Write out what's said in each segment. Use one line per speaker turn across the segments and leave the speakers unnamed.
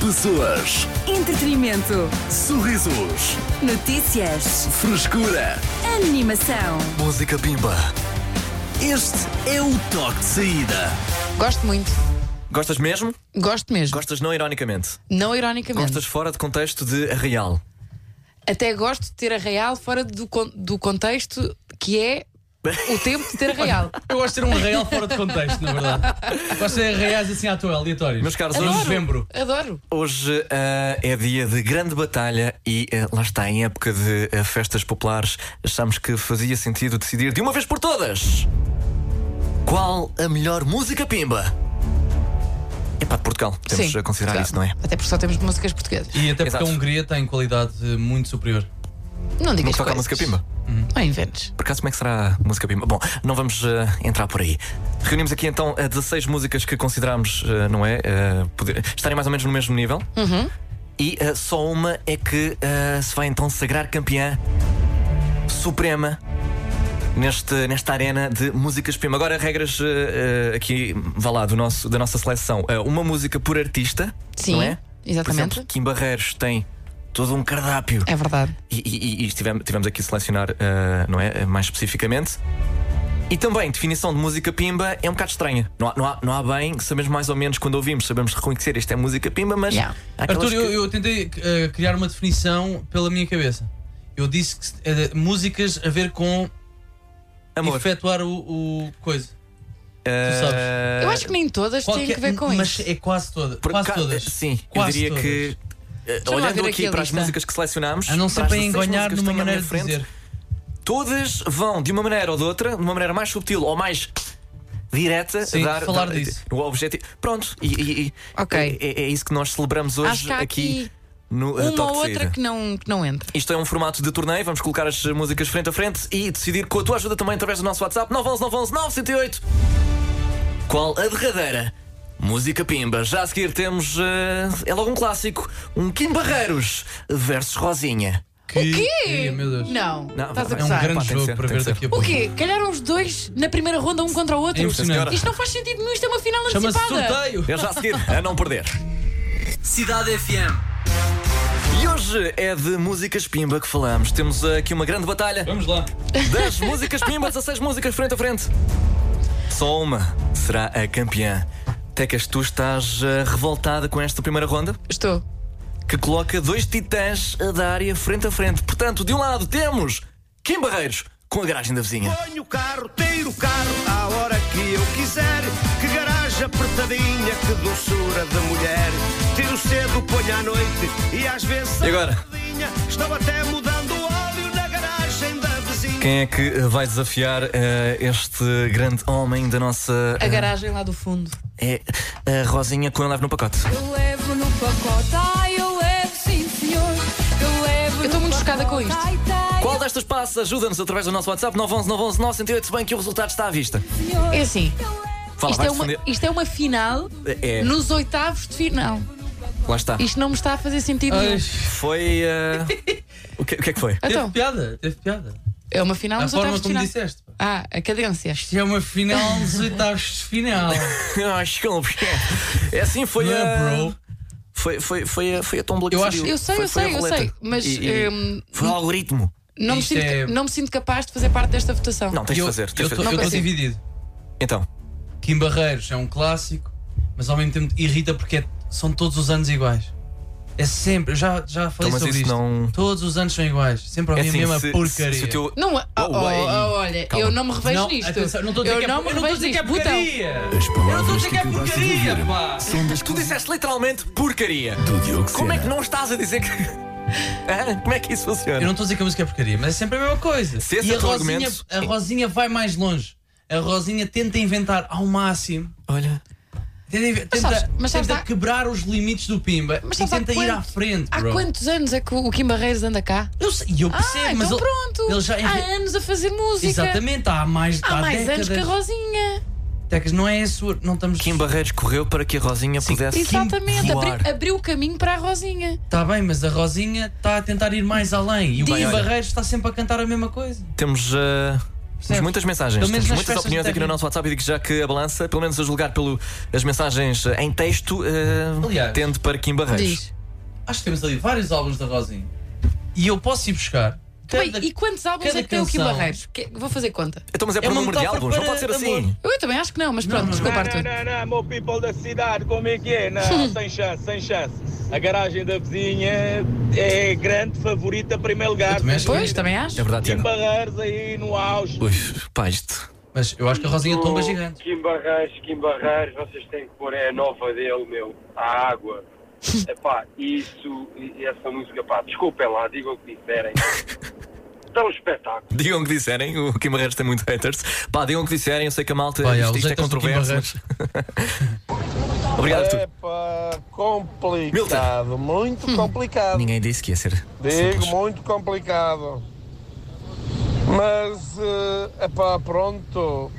Pessoas,
Entretenimento.
sorrisos,
Notícias.
frescura,
Animação.
música bimba. Este é o toque de saída.
Gosto muito.
Gostas mesmo?
Gosto mesmo.
Gostas não ironicamente.
Não ironicamente.
Gostas fora de contexto de real.
Até gosto de ter a real fora do, con- do contexto que é o tempo de ter a real.
Eu gosto de ter um real fora de contexto, na verdade. Gosto de ter reais assim à toa, aleatórios.
Meus caros,
Em
hoje-
novembro.
Adoro.
Hoje ah, é dia de grande batalha e ah, lá está, em época de ah, festas populares, achamos que fazia sentido decidir de uma vez por todas qual a melhor música pimba. Epá, de Portugal, podemos
Sim,
ah, considerar
Portugal.
isso, não é?
Até porque só temos músicas portuguesas.
E até porque
Exato.
a Hungria tem qualidade eh, muito superior.
Não
No
digas
que toca à
coisas.
música pimba.
Não inventes.
Por acaso, como é que será a música Bimba? Bom, não vamos eh, entrar por aí. Reunimos aqui então eh, 16 músicas que consideramos, eh, não é? eh, poder- estarem mais ou menos no mesmo nível.
Uhum.
E eh, só uma é que eh, se vai então sagrar campeã suprema. Neste, nesta arena de músicas prima. Agora, regras eh, eh, aqui, vá lá, do nosso, da nossa seleção. Eh, uma música por artista,
Sim,
não é?
exatamente.
Por exemplo, Kim Barreiros tem todo um cardápio.
É verdade.
E, e- e- e estivemos, tivemos aqui a selecionar, eh, não é? Eh, Mais especificamente. E também, definição de música pimba é um bocado estranha. Não há, não há, não há bem, que sabemos mais ou menos quando ouvimos, sabemos reconhecer isto é música pimba, mas.
Yeah.
há aquelas
Arthur,
que-
eu, eu tentei eh, criar uma definição pela minha cabeça. Eu disse que eh, músicas a ver com
Amor,
efetuar o, o coisa.
eh,
sabes.
Eu acho que nem todas têm que ver com
mas
isso.
é quase toda,
por
quase
ca-
todas.
Sim,
Quase
eu diria
todas.
que. eh,
eu
olhando
ver
aqui
aqui a
para as
lista.
músicas que selecionámos,
A não ser
para as
para
16
enganar
músicas que
numa
tenho à minha
maneira de
frente,
dizer.
todas vão, de uma maneira ou de outra, de uma maneira mais subtil ou mais direta,
Sim,
dar,
falar
dar-
disso.
O objetivo. Pronto, e, e- e-
Ok.
é, é- é isso que nós celebramos
Acho
hoje
que há
aqui,
aqui
no eh,
Uma
Toque
ou
de
outra
Saída.
que não, que não entra.
Isto é um formato de torneio, vamos colocar as eh, músicas frente a frente e decidir com a tua ajuda também através do nosso WhatsApp 911 911 908 qual a derradeira. Música Pimba. Já a seguir temos. eh, é logo um clássico. Um Kim Barreiros versus Rosinha.
Que-
O
Ih,
quê?
meu Deus.
Não.
Não,
Estás a
É um
gozar.
Pá,
grande
tem que
jogo
ser,
para
tem
ver
que ser.
daqui a
O
pouco.
quê? Calharam os dois na primeira ronda, um contra o outro?
É impressionante.
Isto não faz sentido nenhum, isto é uma final
Chama-se
antecipada.
sorteio.
É já a seguir, a não perder.
Cidade FM.
E hoje é de músicas Pimba que falamos. Temos aqui uma grande batalha.
Vamos lá.
Das músicas Pimba, 16 músicas frente a frente. Só uma será a campeã. Tecas, tu estás eh, revoltada com esta primeira ronda
Estou.
que coloca dois titãs a da área frente a frente. Portanto, de um lado temos Kim Barreiros com a garagem da vizinha.
Ponho o carro, tiro o carro à hora que eu quiser. Que garagem apertadinha, que doçura de mulher. Tiro cedo, ponho à noite e às vezes.
E agora?
apertadinha, Estou até mudando o óleo na garagem da vizinha.
Quem é que eh, vai desafiar eh, este grande homem da nossa.
A
eh,
garagem lá do fundo.
é a Rosinha com a leve no pacote.
Eu levo no pacote, ai eu levo sim senhor. Eu levo
Eu tô
no
muito chocada
pacote,
com isto.
Ai, ai,
Qual destas passos ajuda-nos através do nosso WhatsApp 911 911 908, se bem que o resultado está à vista.
senhor.
É assim,
Fala,
isto é,
vais
uma,
defender.
isto é uma final
É,
nos oitavos de final.
lá está.
Isto não me está a fazer sentido nenhum.
Ai,
Foi. eh, o, que, o que é que foi?
Teve
Então,
piada, teve piada.
é uma final
A
nos
forma
oitavos de
como
final.
disseste. pá.
Ah, a cadência.
Isto é uma final dos oitavos de final.
Ah, desculpa. É assim, foi
Não
a.
é, bro?
Foi, foi, foi, a- foi a tombla que
Eu
se
acho-
viu.
Eu sei,
Foi-
eu
foi a
sei, eu
roleta.
sei, mas, hum,
foi o algoritmo.
Não me,
Isto
sinto,
é-
não me sinto capaz de fazer parte desta votação.
Não, tens de
Eu-
fazer.
Eu
Tens de fazer.
Não
estou
consigo.
dividido.
Então,
Kim Barreiros é um clássico, mas ao mesmo tempo irrita porque é- são todos os anos iguais. É sempre, eu já, já falei
Então, mas
sobre
isso
isto.
não-
Todos os anos são iguais, sempre
é
ouvi
assim,
a mesma
se,
porcaria.
se o teu-
Não, oh, oh,
ué,
oh, olha,
calma.
eu não me revejo
Não,
nisto.
atenção, não estou a dizer
eu
que é
não
por-
me
eu não estou a
revejo
dizer que é
nisto. Botão.
porcaria. Eu não estou a dizer que é porcaria, pá.
Tu disseste literalmente porcaria. Como é que não estás a dizer que. Hã? Como é que isso
Eu
funciona?
não estou a dizer que a música é porcaria, mas é sempre a mesma coisa.
Se esse
e
é
a
o teu
Rosinha,
argumento-
a Rosinha vai mais longe. A Rosinha tenta inventar ao máximo.
Olha.
Tenta, inve-
Mas
tenta-
sabes- mas sabes
tenta
há-
quebrar os limites do Pimba
Mas
e
sabes há
tenta ir
quanto-
à frente,
Há
bro.
quantos anos é que o Kim Barreiros anda cá?
Eu sei, eu percebo,
ah,
mas ele-
então pronto.
ele já é-
Há anos a fazer música.
Exatamente, há mais
Há mais
décadas.
anos que a Rosinha.
Tecas, não é a sua. Não estamos.
Kim Barreiros correu para que a Rosinha
Sim.
pudesse.
Isso.
Exatamente.
voar.
abri- abriu o caminho para a Rosinha.
Está Tá bem, mas a Rosinha está a tentar ir mais além. E o tá
Diz-
Kim Barreiros está sempre a cantar a mesma coisa.
Temos. eh, Temos muitas mensagens,
Pelo menos
temos
nas
muitas
festas
opiniões
até
aqui no
vi.
nosso WhatsApp e digo já que a balança, pelo menos a julgar pelas mensagens eh, em texto, eh,
Aliás.
tende para Kim Barreiros.
Diz.
Acho que temos ali vários álbuns da Rosinha. E eu posso ir buscar.
Bem,
cada-
e quantos álbuns
cada
é que tem o Kim
canção.
Barreiros? Que- vou fazer conta.
Então, mas é, por
uma
número de
metáfora
álbuns, não
para
pode ser assim.
amor.
Eu também acho que não, mas pronto,
não.
desculpa,
Não,
Arthur.
não, não, meu people da cidade, como é que é? Não, sem chance, sem chance. A garagem da vizinha é grande favorita, primeiro lugar.
Eu também acho que
Pois, também acho.
É verdade,
Tim
Tiago.
Barreiros aí no auge.
Ui, pá, isto.
Mas eu acho que a Rosinha tomba gigante.
Kim Barreiros, Kim Barreiros, vocês têm que pôr é a nova dele, meu. A água. Epá, isso, e essa música, pá, desculpem lá, digam o que disserem. Está um espetáculo.
Digam o que disserem, o Kim Barreiros tem muito haters. Pá, digam o que disserem, eu sei que a malta.
Vai,
isto
os
isto é
haters do Kim
controverso. mas- Obrigado,
É,
Arthur.
Epá, complicado, muito complicado.
Ninguém disse que ia ser.
Digo,
simples.
muito complicado. Mas, é epá, pronto.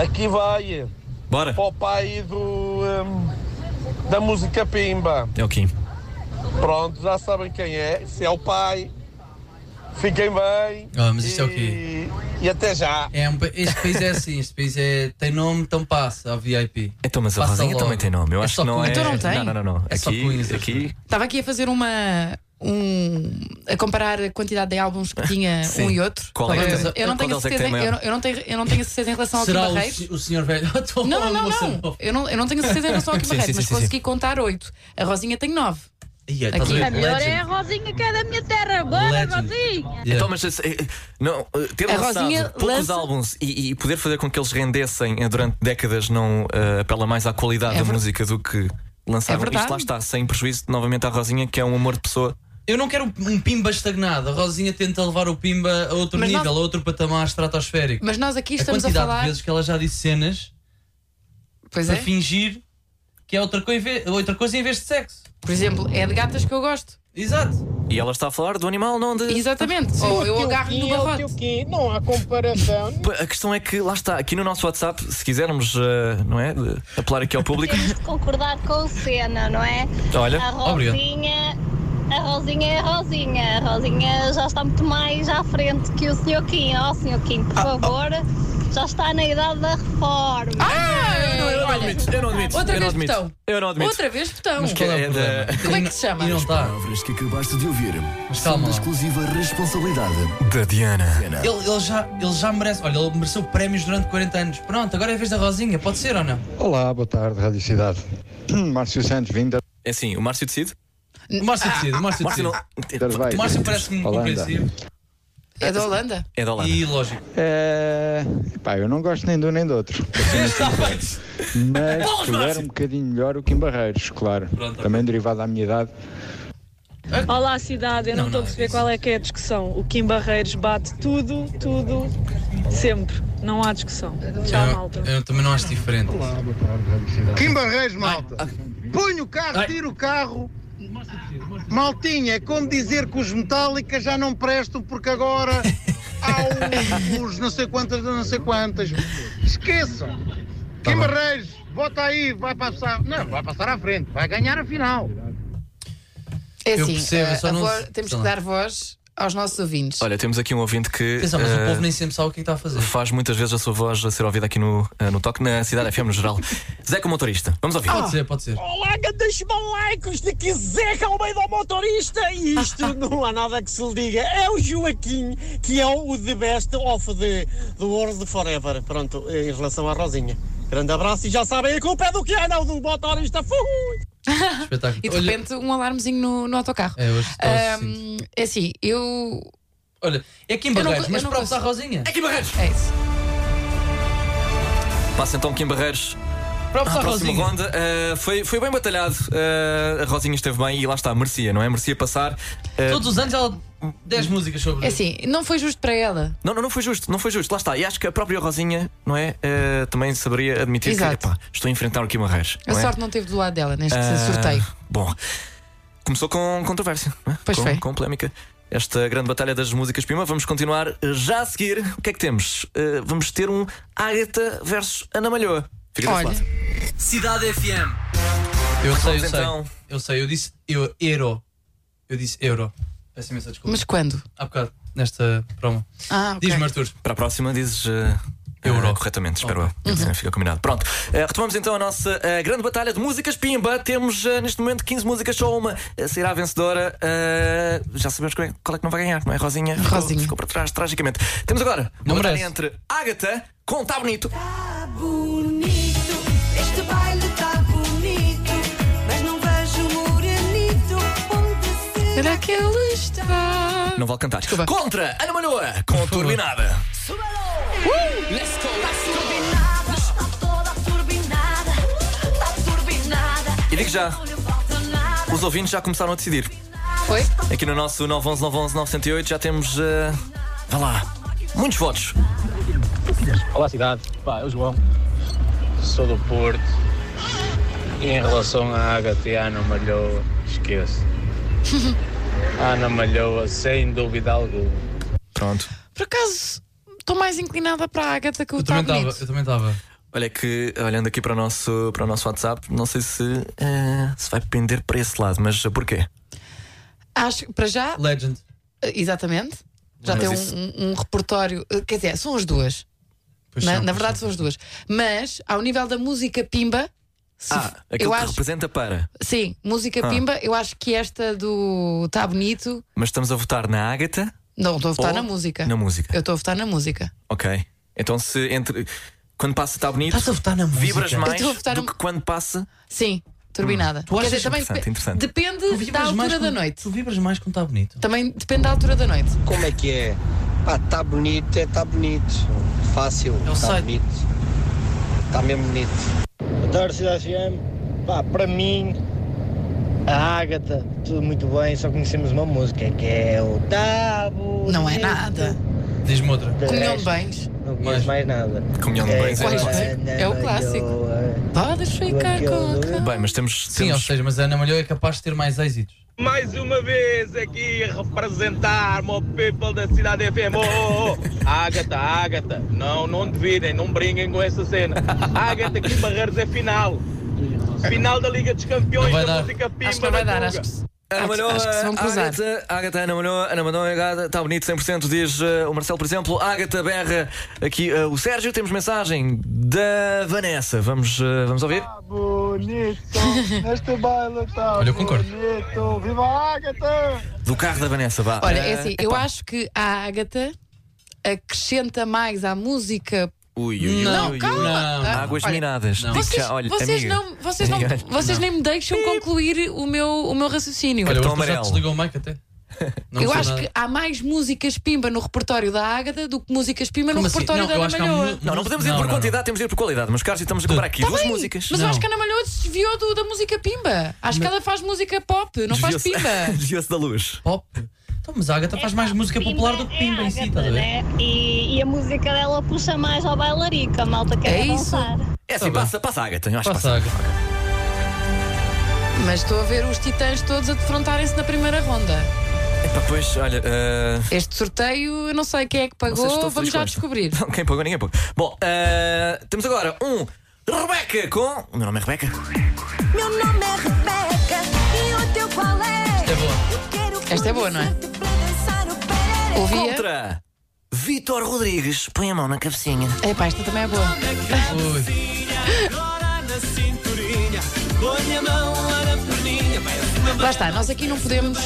Aqui vai eh,
Bora.
para o pai do, ehm, da música Pimba.
É o Kim.
Pronto, já sabem quem é. Se é o pai, fiquem bem.
Ah, mas isto é o quê?
e, e até já.
É um, pa- este país é assim, este país é, tem nome, então passa ao VIP.
Então, mas a
Passa
Rosinha
logo.
também tem nome. Eu
É
acho
só
que não é.
cunhas.
Então não tem?
Não, não, não. não.
É só cunhas,
aqui,
Arthur.
aqui.
Estava aqui a fazer uma. Um, a comparar a quantidade de álbuns que tinha
Sim.
um e outro.
Qual é que
Eu-
tem-
eu, não
qual
tenho
deles é que
certeza,
tem
em- eu,
maior?
não, eu não tenho, eu não tenho certeza em relação ao Kim
Será
Barreiros.
o, o senhor velho? Eu estou a
Não,
falar
não, não,
de moça
não.
nova.
Eu não, eu não tenho certeza em relação ao Kim
é Sim, sim,
Barreiros, mas
sim, sim,
consegui contar oito. A Rosinha tem nove.
Ih, é, estás a ver?
Aqui. A
Legend.
Rosinha que é da minha terra.
Legend. Yeah.
Então, mas eh, eh, não, eh, ter
A
lançado
Rosinha
poucos
lança-
álbuns e, e poder fazer com que eles rendessem eh, durante décadas não eh, apela mais à qualidade
É
da
ver-
música do que lançar
É verdade.
isto lá está, sem prejuízo novamente à Rosinha, que é um amor de pessoa.
Eu não quero um pimba estagnado. A Rosinha tenta levar o pimba a outro
Mas
nível,
nós-
a outro patamar estratosférico.
Mas nós aqui
a
estamos a
quantidade
falar.
de vezes que ela já disse cenas
Pois
para
é.
fingir que é outra, coi- outra coisa em vez de sexo.
Por exemplo, é de gatas que eu gosto.
Exato.
E ela está a falar do animal, não de.
Exatamente. Ou eu agarro no barrote.
Não há comparação.
P- A questão é que, lá está, aqui no nosso WhatsApp, se quisermos, eh, não é? de- Apelar aqui ao público. então,
concordar com o Senna, não é? A
Olha,
obrigado.
Rosinha, a Rosinha é a Rosinha. A Rosinha já está muito mais à frente que o Sr. Kim. Ó, Sr. Kim,
Ah,
por favor, já está na idade da reforma.
Ah,
Ah,
eu não admito, eu não admito.
Outra
eu não
vez
admito.
botão.
então. Eu não admito.
Outra vez botão.
Que
Qual é
é
o problema?
da-
Como é que se chama?
E não está.
Palavras que acabaste de ouvir
Mas
são
calma
da
lá.
exclusiva responsabilidade.
Da Diana.
Ele, ele já, ele já merece. Olha, ele mereceu prémios durante 40 anos. Pronto, agora é a vez da Rosinha. Pode ser ou não?
Olá, boa tarde, Rádio Cidade. Márcio Santos, vinda
É assim, o Márcio decide.
O Márcio decide. O Márcio
Márcio
decide.
não.
O Márcio parece-me compreensivo.
É da Holanda.
É da Holanda.
E lógico.
É... Pá, eu não gosto nem de um nem do outro.
Está feito.
Mas
Bolas,
tolero
Márcio!
um bocadinho melhor o que em Barreiros, claro.
Pronto, ok.
Também derivado à minha idade.
Olá, cidade. Eu
Não,
não
não,
estou a perceber
isso-
qual é que é a discussão. O Kim Barreiros bate tudo, tudo, sempre. Não há discussão.
é
Tchau, malta.
Eu, eu também não acho diferente.
Kim Barreiros, malta. Põe o carro, tira o carro. Maltinha, é como dizer que os Metallica já não prestam porque agora há os, os não sei quantas, não sei quantas. Esqueçam. Kim Barreiros, bota aí, vai passar. Não, vai passar à frente, vai ganhar a final.
É
Eu
assim,
percebo, eu
eh,
só
a
não
voz-
sei-
temos
sei
que
lá.
dar voz aos nossos ouvintes.
Olha, temos aqui um ouvinte que
Atenção, mas o
eh,
povo nem sempre sabe o que é que está a fazer.
faz muitas vezes a sua voz a ser ouvida aqui no, eh, no toque, na cidade FM no geral. Zeca Motorista, vamos ouvir.
Pode ser, pode ser.
Olá, grandes malaicos de que Zeca Almeida ao motorista! E isto não há nada que se lhe diga. É o Joaquim, que é o The Best of the, the World Forever. Pronto, em relação à Rosinha. Grande abraço e já sabem, a culpa é do que é, não do motorista. Fui!
Espetáculo.
E de
Olha-
repente um alarmezinho no, no autocarro.
É, hoje está assim.
Ahm, é assim, eu.
Olha, é Kim
não
Barreiros,
co- eu
mas
não
próprio à
consigo.
Rosinha.
Kim Barreiros!
É isso.
Passa então Kim Barreiros.
É.
Próprio à
A próxima
Rosinha.
ronda eh, foi, foi bem batalhado. eh, a Rosinha esteve bem e lá está, merecia, não é? Merecia passar. eh,
Todos os anos ela 10 músicas sobre.
É assim, não foi justo para ela.
Não, não, não foi justo, não foi justo. Lá está. E acho que a própria Rosinha, não é? Eh, também saberia admitir que
Exato.
epá, estou a enfrentar o Kim Barreiros.
A
não é?
sorte não teve do lado dela neste
Ah,
é sorteio.
Bom, começou com controvérsia, não é?
Pois
com,
foi.
com polémica. Esta grande batalha das músicas prima, vamos continuar já a seguir. O que é que temos? Eh, vamos ter um Ágata versus Ana Malhoa. Fica desse
Olha.
lado.
Cidade FM.
Eu sei, eu
Vamos
sei.
então.
Eu sei, eu disse eu, euro. Eu disse euro. Peço imensa desculpa.
Mas quando?
Há bocado. nesta promo.
Ah, ok.
Diz-me, Arthur.
Para a próxima dizes. eh, eh, corretamente, espero eu.
Uhum.
Fica combinado. Pronto, eh, retomamos então a nossa eh, grande batalha de músicas Pimba. Temos eh, neste momento 15 músicas, só uma eh, sairá a vencedora. Eh, já sabemos qual é, qual é que não vai ganhar, não é? Rosinha? Ficou-
Rosinha.
Ficou para trás, tragicamente. Temos agora
Não
uma batalha
merece.
entre Ágata com Tá Bonito.
bonito, este baile tá bonito, mas não vejo morenito onde
Será que ele está?
Não vale cantar. Contra Ana Manoa com Turbinada.
Uh! Let's go, Tá toda turbinada, tá turbinada,
E digo já,
falta nada.
os ouvintes já começaram a decidir.
Foi?
Aqui no nosso 911 911 908 já temos. eh, vá lá, muitos votos.
Olá, cidade. Pá, eu João. Sou do Porto. E em relação à Agatha e à Ana Malhoa, esqueço. A Ana Malhoa, sem dúvida alguma.
Pronto.
Por acaso, estou mais inclinada para a Agatha que o Tá Bonito.
também estava.
Olha que, olhando aqui para o nosso, para o nosso WhatsApp, não sei se, eh, se vai pender para esse lado, mas porquê?
Acho, para já,
Legend.
exatamente. Já
Mas
tem um,
isso-
um- um repertório. eh, Quer dizer, são as duas.
Pois
na
são,
na verdade, são as duas. Mas, ao nível da música Pimba, se f-
Ah, aquilo que
eu acho.
representa para.
Sim, música
Ah.
Pimba, eu acho que esta do Tá Bonito.
Mas estamos a votar na Ágata?
Não, estou a votar
Ou
na música.
Oh, na música.
Eu estou a votar na música.
Ok. Então se entre. Quando passa está bonito.
Estás a votar na
Vibras
música. Então Eu
mais
estou a votar
do
na-
que quando passa.
Sim, turbinada.
Hum. Tu achas interessante,
depe-
interessante.
depende da altura da noite.
Tu vibras mais quando está bonito.
Também depende da altura da noite.
Como é que é? Pá, tá bonito, é tá bonito. Fácil,
é
tá bonito. Tá mesmo bonito.
Boa tarde, Cidade FM. Pá, para mim, a Ágata, tudo muito bem, só conhecemos uma música, que é o Tabo.
Não é nada.
Diz-me outra.
De
É.
Comunhão de
resto,
bens.
Não conheço mais nada.
Comunhão de bens é
Pois,
clássico.
é o clássico. Podes ficar com.
Bem, mas temos.
Sim, ou seja, mas a Ana Malhoa é capaz de ter mais êxitos.
Mais uma vez aqui a representar-me ao people da cidade FM. Oh, oh, oh. Ágata, Ágata, não, não duvidem, não brinquem com essa cena. Ágata aqui em Barreiros é final. Final da Liga dos Campeões da música Pimba.
Acho que não vai
na
dar, acho
Tuga.
que se-
Ana
acho-
Manoa,
acho que se vão cruzar.
Ágata, Ágata, Ana Manoa, Ana Manoa, Ágata, está bonito 100%, diz eh, o Marcelo, por exemplo. Ágata berra aqui eh, o Sérgio. Temos mensagem da Vanessa. Vamos, eh, vamos ouvir?
Bonito, neste baile tá
Olha, eu concordo.
bonito. Viva a Ágata!
Do carro da Vanessa, vá.
Olha, é assim,
Eh,
eu
epá.
acho que a Ágata acrescenta mais à música.
Ui, ui, ui,
não,
ui, ui.
calma.
Não.
Ah,
Águas
olha,
minadas. Digo
Vocês,
já, olha,
vocês
amiga.
não, vocês, não,
Amiga.
vocês nem me deixam concluir o meu, o meu raciocínio.
Olha,
Cartão
hoje já
amarelo.
desligou o mic até. Não
eu
sei
acho
nada.
que há mais músicas pimba no repertório da Ágata do que músicas pimba
Como
no
assim?
repertório
Não,
da
eu
Ana
acho que há
Malhoa.
mu-
Não, não podemos ir
Não,
por
não,
quantidade, temos de ir por qualidade. Mas, Carlos, estamos a comprar aqui
Tá
duas
bem,
músicas.
Mas eu acho que a Ana Malhoa se desviou do- da música pimba. Acho que ela faz música pop, não faz
Desviou-se-
pimba.
Desviou-se da luz.
Pop. Então, mas a Agatha faz mais música popular do que Pimba em si, estás a ver?
é né? E, e a música dela puxa mais ao bailarica, a malta quer
É isso.
dançar.
É assim, passa, passa a Agatha. Eu acho que
Passa a Agatha.
Mas estou a ver os titãs todos a defrontarem-se na primeira ronda.
Epá, pois, olha. eh,
Este sorteio, eu não sei quem é que
não sei se estou feliz
pagou, vamos
com
já
esta.
descobrir.
Não, Quem pagou, ninguém pagou. Bom, eh, temos agora um Rebeca com. O meu nome é Rebeca.
Meu nome é Rebeca e o teu qual é?
É boa.
Esta é boa, não é? Ouvia?
Contra Vitor Rodrigues. Põe a mão na cabecinha.
Epá, esta também é boa. Lá está, nós aqui não podemos.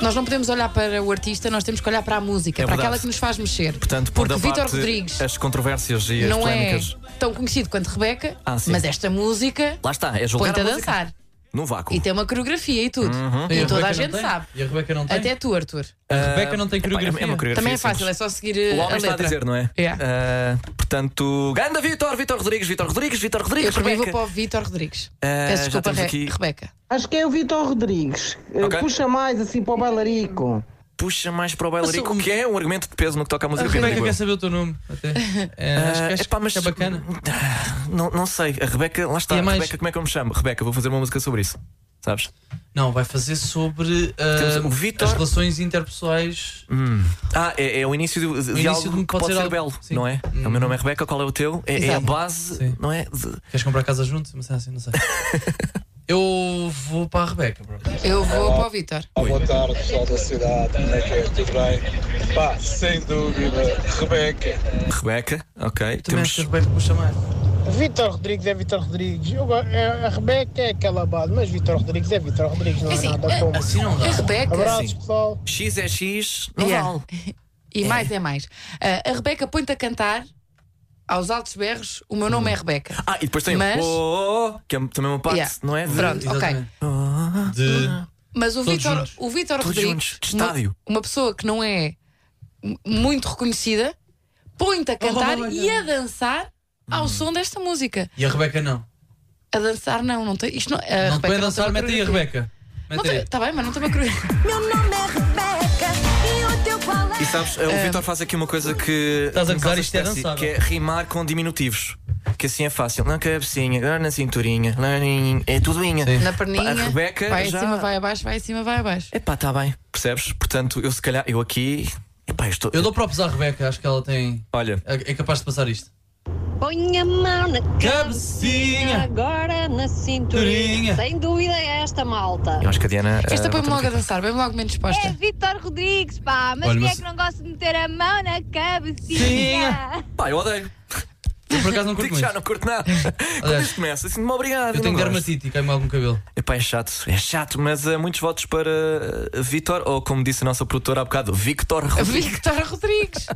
Nós não podemos olhar para o artista, nós temos que olhar para a música,
É
para
verdade.
aquela que nos faz mexer.
Portanto, pondo
Porque
a
Vítor
parte
Rodrigues
as controvérsias e as
não é
polémicas.
tão conhecido quanto Rebeca,
Ah, sim.
mas esta música
Lá está, é julgar
põe-te a
a música
dançar.
no vácuo.
E tem uma coreografia e tudo.
Uhum.
E,
E a
toda a
Rebeca
gente
não tem?
sabe.
E a Rebeca não tem?
Até tu, Arthur.
A Rebeca não tem coreografia.
É uma coreografia
Também é fácil, é só seguir eh,
O
a
homem está a
letra.
dizer, não é? Eh, portanto, ganda Vitor, Vitor Rodrigues, Vitor Rodrigues, Vitor
Eu
Rodrigues,
também vou
Rebeca.
para o Vítor Rodrigues.
Eh,
Peço
já
desculpa,
temos
Re-
aqui-
Rebeca.
Acho que é o Vitor Rodrigues. Eh,
Ok.
Puxa mais assim para o bailarico.
Puxa mais para o bailarico, que é um argumento de peso no que toca à
A
música.
Ah,
Rebeca
digo eu. Ah,
quer saber o teu nome. Até. É, acho que, acho
epá, mas-
que é bacana.
Não, não sei, a Rebeca, lá está.
E é mais-
Rebeca, como é que eu me chamo? Rebeca, vou fazer uma música sobre isso. Sabes?
Não, vai fazer sobre ah,
Temos o Vítor.
as relações interpessoais.
Hum. Ah, é, é o início de, de
O início de-
algo
um
que pode, ser,
algo-
belo,
sim.
não é?
Hum.
O meu nome é Rebeca, qual é o teu? É, é a
Exato.
base,
Sim.
não é? De-
Queres comprar casa junto? Mas é assim, não sei. Eu vou para a Rebeca, bro.
Eu vou para o Vítor.
Boa tarde, pessoal da cidade. Como é que é? Tudo bem?
Pá, sem dúvida, Rebeca.
Rebeca, ok.
Também é acho que a Rebeca puxa mais.
Vitor Rodrigues é Vitor Rodrigues. Eu go- é- a Rebeca é aquela base, mas Vitor Rodrigues é Vitor Rodrigues, não é nada como.
Assim não dá.
a Rebeca-
Abraços,
Assim.
pessoal.
X é X,
não vale. E mais é mais. Ah, a Rebeca põe-te a cantar aos altos berros. O meu nome é Rebeca.
Ah, e depois tem o
Mas-
oh, oh, oh, que é também uma parte,
Yeah.
não é?
Pronto, ok. Uhum. Exatamente.
De...
Mas o
Todos
Vitor
juntos.
o Vítor
Todos
Rodrigues,
juntos, de estádio.
Uma, uma pessoa que não é m- muito reconhecida, põe-te a cantar e a dançar
Hum.
ao som desta música.
E a Rebeca não.
A dançar não, não tem. Isto não, a Rebeca
Não te põe a dançar,
tem uma
mete aí a
coreografia.
Rebeca.
Não
Mete
tem-
aí.
Tá bem, mas não tem uma coreografia.
Meu nome é Rebeca e o teu qual é?
E sabes, o
Eh,
Ah.
Vitor faz aqui uma coisa que.
Estás a
me
gozar,
causa
isto é
espécie,
dançável.
Que é rimar com diminutivos. Que assim é fácil. Na cabecinha, agora na cinturinha, lá em- é tudoinha.
Na perninha.
A Rebeca
vai
já.
em cima, vai abaixo, vai em cima, vai abaixo.
Epá, tá bem. Percebes? Portanto, eu se calhar, eu aqui. Epá, eu estou.
Eu dou próprios à Rebeca, acho que ela tem.
Olha.
É é capaz de passar isto.
Põe a mão na
Cabecinha.
Agora na cinturinha.
Cinturinha.
Sem dúvida é esta malta.
Eu acho que a Diana.
Esta
ah,
põe-me
volta
logo a
aqui.
dançar, bem logo menos disposta.
É Vitor Rodrigues, pá.
mas Olha, quem é mas- que
não gosta de meter a mão na
cabecinha? Pá, eu odeio.
Eu por acaso não curto
Digo já,
muito.
não curto nada. Quando isto começa, assim, me obrigado.
Eu tenho
não gosto.
dermatite e cai-me algum cabelo.
Epá, é chato, é chato, mas há muitos votos para eh, Vitor, ou como disse a nossa produtora há bocado, Victor Rodrigues.
Victor Rodrigues.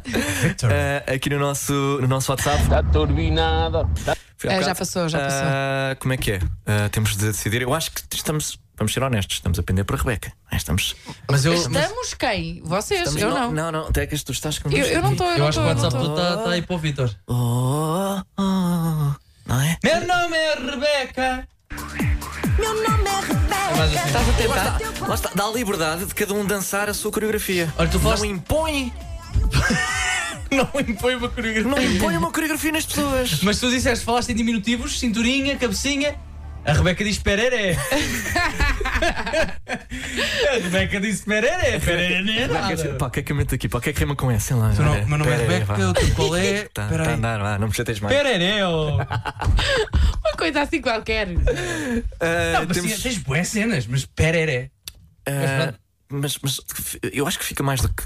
Eh, aqui no nosso, no nosso WhatsApp.
Está turbinada.
Foi há
Eh, já
bocado.
passou, já passou.
Ah, como é que é? Ah, temos de decidir. Eu acho que estamos, vamos ser honestos, estamos a pender para a Rebeca. Ah, Estamos.
Mas
Estamos quem? Vocês,
Estamos
eu
no-
não.
Não, não, Tecas, tu estás com
Eu- eu não tô, eu Eu não acho tô, que o eu não WhatsApp tô.
Está tá aí para o Vitor.
Oh, oh, não é?
Meu nome é Rebeca.
Meu nome é Rebeca.
Estás a tentar? Lá está, dá a liberdade de cada um dançar a sua coreografia. Olha, tu
falaste-
Não impõe.
Não impõe uma coreografia.
Não impõe uma coreografia nas pessoas.
Mas tu disseste, falaste em diminutivos, cinturinha, cabecinha. A Rebeca diz pereré. a Rebeca disse pereré. Pereré não é nada.
Pá, o que é que eu meto aqui? Pá, o que é que rima com essa? Sei lá.
Tu não-
olha,
meu nome é
pera aí,
Rebeca,
vá.
o teu qual é?
Tá,
Pera
tá a
aí.
andar, vá, não me chateias mais.
Pereré, oh.
Uma coisa assim qualquer.
Eh,
não, mas sim, é tens boas cenas, mas pereré.
Ah, mas, mas eu acho que fica mais do que.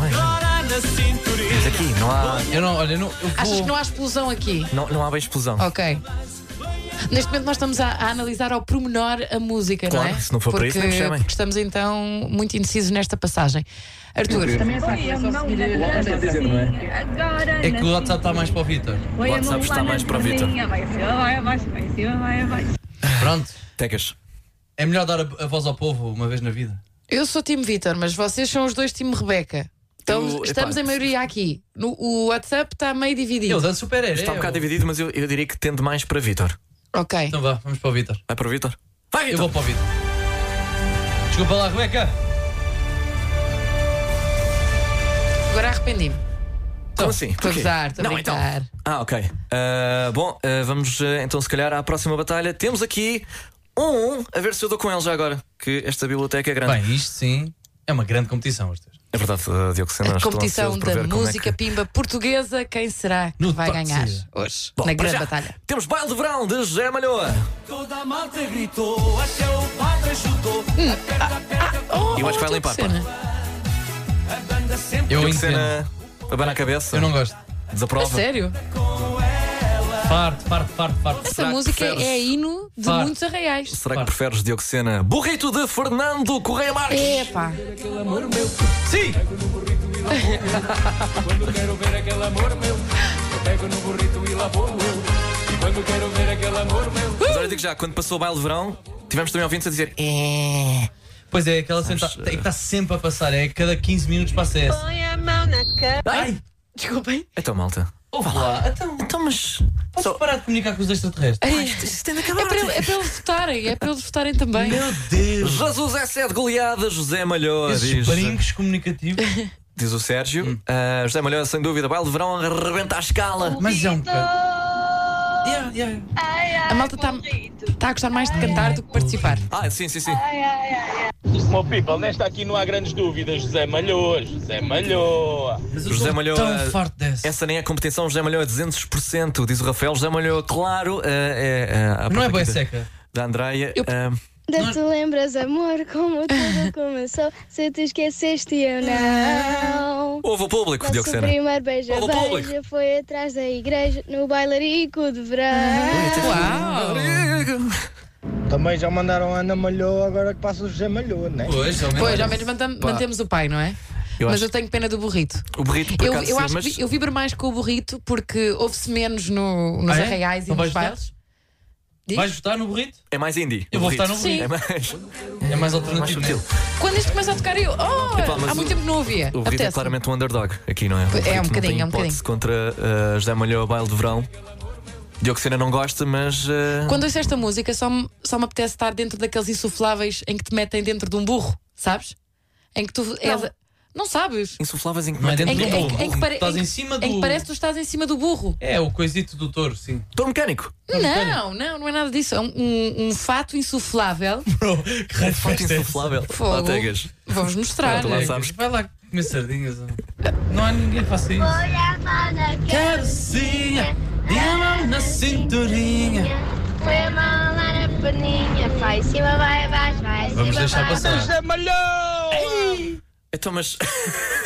Agora na cinturinha.
Mas aqui não há.
Eu não, olha, eu não, eu
Achas
vou-
que não há explosão aqui?
Não, não há bem explosão.
Ok. Neste momento nós estamos a, a analisar ao pormenor a música,
Claro,
não é?
se não for para
porque,
isso, nem me chamem.
porque estamos então muito indecisos nesta passagem. Arthur,
assim. Agora
É que o WhatsApp está mais para o Vitor.
Põe a mão lá na cabecinha, Vai em cima, vai abaixo, vai em cima, vai abaixo.
Pronto.
Tecas.
É melhor dar a, a voz ao povo uma vez na vida.
eu sou time Vitor, mas vocês são os dois time Rebeca. Estamos,
Eu-
estamos
epá,
em maioria aqui. No- o WhatsApp está meio dividido.
Está um bocado dividido, mas eu, eu diria que tende mais para Vitor.
Ok.
Então vá, vamos para o Vitor.
Vai para o Vitor?
Vai,
Então.
Eu vou para o Vitor. Desculpa lá, Rebeca.
Agora arrependi-me.
Como assim?
Estou a
Porquê?
gozar, estou a
Não, então.
brincar.
Ah, ok. Ah, bom, ah, vamos ah, então, se calhar, à próxima batalha. Temos aqui um, a ver se eu dou com ele já agora, que esta biblioteca é grande.
Bem, isto sim é uma grande competição, os teus.
É verdade, ah, Diogo Sena,
A
estou
competição
ansioso por
da
ver como é que-
música pimba portuguesa, quem será que vai ganhar hoje?
Bom,
na
para
grande
já,
batalha.
Temos baile de verão de José Malhoa.
Toda a malta gritou, até o padre ajudou.
eu acho que vai limpar. pá.
Eu
Diogo
entendo.
Sena, abana a cabeça. Eu
não gosto.
Desaprova.
A É sério?
Parte, parte, parte, parte.
Essa
Será que
música
preferes?
é hino de
Far.
muitos arraiais.
Será que preferes Diogo Sena? Burrito de Fernando Correia Marques.
Epá.
Sim!
Quando quero ver aquele amor meu, eu pego no burrito e lá vou eu. E quando quero ver aquele amor meu.
Mas olha, digo já, quando passou o baile de verão, tivemos também ouvintes a dizer. "Eh".
Pois é, aquela cena tá- é que está sempre a passar, é cada 15 minutos passa essa.
Põe a mão na cabeça.
Desculpem.
Então, malta.
Ouve lá, então. Então, mas. Podes parar de comunicar com os extraterrestres?
Ai, isto tem de acabar. É para, ele- é para eles votarem, é para eles votarem também.
Meu Deus!
Jesus é sede goleada, José Malhoa.
Esses
diz-
brincos comunicativos.
Diz o Sérgio.
Hum.
Ah, José Malhoa, sem dúvida, baile de verão arrebenta a escala.
Mas é um bocado.
A malta está tá a gostar mais de cantar do que participar.
Ah, sim, sim, sim.
Meu people, nesta aqui não há grandes dúvidas. José Malhoa, José Malhoa.
José Malhoa.
tão farto
Essa nem é a competição, José Malhoa 200%, diz o Rafael. José Malhoa, claro. ah, é, ah, a
Não é
parte
boa
aqui da-
seca.
Da Andreia. ah,
Ainda é te lembras, amor, como tudo começou? Se te esqueceste, eu não.
Ouve o público,
Nosso
Diogo Sena.
primeiro beijo,
Ouve o
beijo
público.
foi atrás da igreja, no bailarico de verão.
Também já mandaram a Ana Malhou, agora que passa o José Malhou, né?
Pois, ao
Pois, ao menos mantam-
Pá.
mantemos o pai, não é?
Eu
mas
acho-
eu tenho pena do burrito.
O burrito, por
Eu,
acaso,
eu
sim,
acho
mas-
que vi- eu vibro mais com o burrito porque ouve-se menos no- nos
Ah, é?
arraiais e
Não vais
nos
votar?
bailes. Diz?
Então Vais votar no burrito?
É mais indie.
Eu
o
vou
burrito.
votar no burrito.
É mais,
é mais alternativo.
sutil.
Quando isto começa a tocar, eu. Oh,
Epá, mas
há muito
o-
tempo não ouvia.
O burrito é
Apetece.
claramente um underdog aqui, não é? O
É, um
burrito não
bocadinho,
tem
é um
hipótese contra eh, José Malhou a baile de verão. Diogo Sena não gosta, mas. eh,
Quando ouço esta música, só me, só me apetece estar dentro daqueles insufláveis em que te metem dentro de um burro, sabes? Em que tu. és- Não, sabes?
Insufláveis em que
Não é dentro
Em que,
do
em que-
burro.
em que pare-
Estás
em
em
que-
cima
em que
do-
parece que tu estás em cima do burro.
É, o coisito do touro, sim.
Touro mecânico.
Não, não, não é nada disso. É um, um- um fato insuflável.
Que raio de festa
tipo
é
insuflável.
Fogo.
Altegas.
Vamos mostrar. né?
Vai lá, sabes. Vai lá comer sardinhas. ó. Não há ninguém que faça isso. Calcinha, e a mão na cinturinha.
Foi a mão lá na perninha, vai em cima, vai abaixo, vai em
Vamos
cima,
deixar
vai
passar.
abaixo.
Então, mas.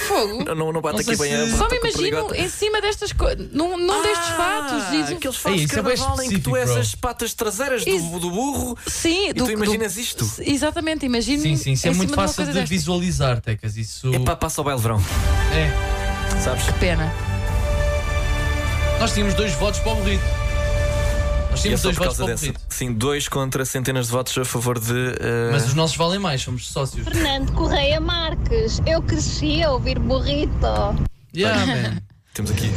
Fogo.
não, não, não bate aqui bem a.
Só
bate
me
com o
imagino
perigota.
em cima destas coisas. Num, num destes fatos. diz-
Ah, Aqueles fatos de carnaval em que tu és as patas traseiras do, do burro.
Sim,
e
do-
tu imaginas isto.
Exatamente, imagino.
Sim, sim, isso é
em
muito
cima de uma
fácil
coisa
de,
destas.
visualizar, Tecas. Isso.
É pá, passa o baile de verão.
É.
Sabes?
Que pena.
Nós tínhamos dois votos para o burrito. Nós
E é
tínhamos
só
dois
por
votos para
causa
o
dessa.
burrito.
Sim, dois contra centenas de votos a favor de. eh,
Mas os nossos valem mais, somos sócios.
Fernando Correia Marques, eu cresci a ouvir burrito.
Yeah, man.
Temos aqui.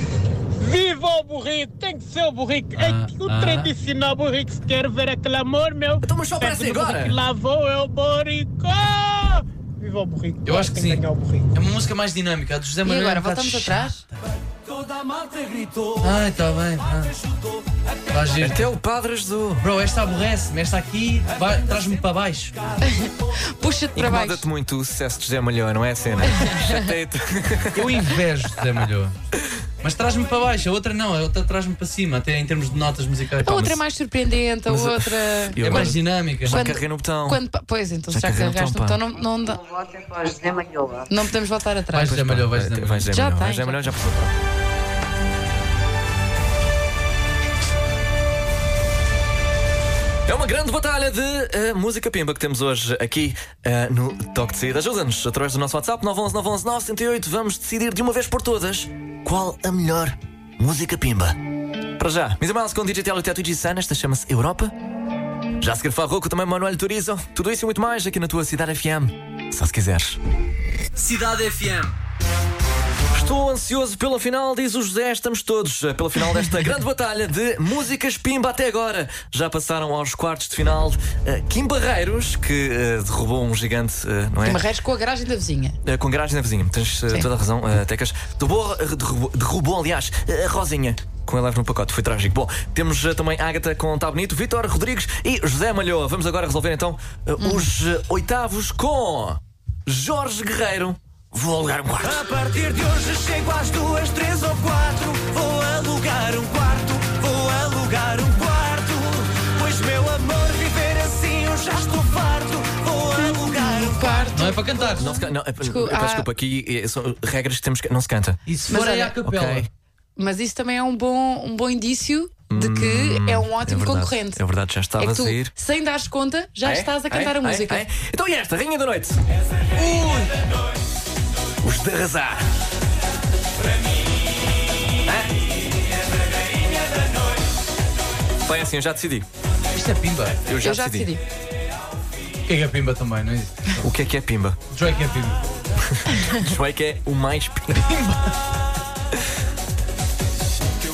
Viva o burrico! Tem que ser o burrico! é que o
ah.
tradicional burrico se quer ver aquele amor, meu!
Então, mas só
Pede
aparece
no
agora.
burrico, Lá vou eu, burrico! Viva o burrico!
Eu acho que sim. É uma música mais dinâmica. A do José
E
Manuel.
agora,
é um bocado
voltamos
chata.
atrás?
Toda a malta gritou.
Ai, tá bem. Vai, giro.
Até o padre ajudou.
Bro, esta aborrece-me. Esta aqui vai- traz-me para baixo.
Puxa-te para baixo.
Incomoda-te muito o sucesso de José Malhão, não é a cena? Chateia-te.
Eu invejo José Malhou. Mas traz-me para baixo. A outra não. A outra traz-me para cima. Até em termos de notas musicais.
A outra é mais surpreendente, a
mas-
outra.
eh,
É mais dinâmica.
Quando- quando pa- pois, então se já carregaste o botão, não, não, dá- não podemos voltar
Vai
atrás.
José Malhou, vai José Malhou.
eh, Vai, José
Já
Malhão, vai,
tem,
José
já
Malhão, já
tem.
passou. É uma grande batalha de eh, música pimba que temos hoje aqui eh, no Toque de Saída. Ajuda-nos através do nosso WhatsApp 911 911 908. Vamos decidir de uma vez por todas qual a melhor música pimba. Para já, Misa Miles com Digital e Teto e Gisana, esta chama-se Europa. Já a seguir Farroco, também Manuel Turizo. Tudo isso e muito mais aqui na tua Cidade FM. Só se quiseres.
Cidade FM.
Estou ansioso pela final, diz o José. Estamos todos eh, pela final desta grande batalha de músicas Pimba até agora. Já passaram aos quartos de final eh, Kim Barreiros, que eh, derrubou um gigante, eh, não é?
Marreiros com a garagem da vizinha.
Eh, com garagem na vizinha. Tens eh, toda a razão, eh, Tecas. Derrubou, eh, derrubou, derrubou, aliás, eh, a Rosinha. Com ele leve no pacote, foi trágico. Bom, temos eh, também Ágata com Tá Bonito, Vitor Rodrigues e José Malhoa. Vamos agora resolver então eh, os eh, oitavos com Jorge Guerreiro. Vou alugar um quarto.
A partir de hoje chego às duas, três ou quatro. Vou alugar um quarto, vou alugar um quarto. Pois, meu amor, viver assim eu já estou farto. Vou alugar um quarto.
Não é para cantar.
Não se can- não, é-
Desculpa,
eu peço
ah.
desculpa, aqui eh, são regras que temos que. Não se canta.
Isso
Mas olha- Mas isso também é um bom, um bom indício de que é um ótimo concorrente.
Hum, É verdade, já estava
É que tu,
a sair.
sem dares conta, já
Ah, é?
estás a
Ah,
cantar
é?
a
Ah, é?
música.
Ah, é? Então e esta, Rainha da Noite? Os de arrasar. Bem, assim, eu já decidi.
Isto é pimba.
Eu já, decidi.
O que é que é pimba também, não é isso?
O que é que é pimba?
Drake é pimba.
Drake é o mais pimba.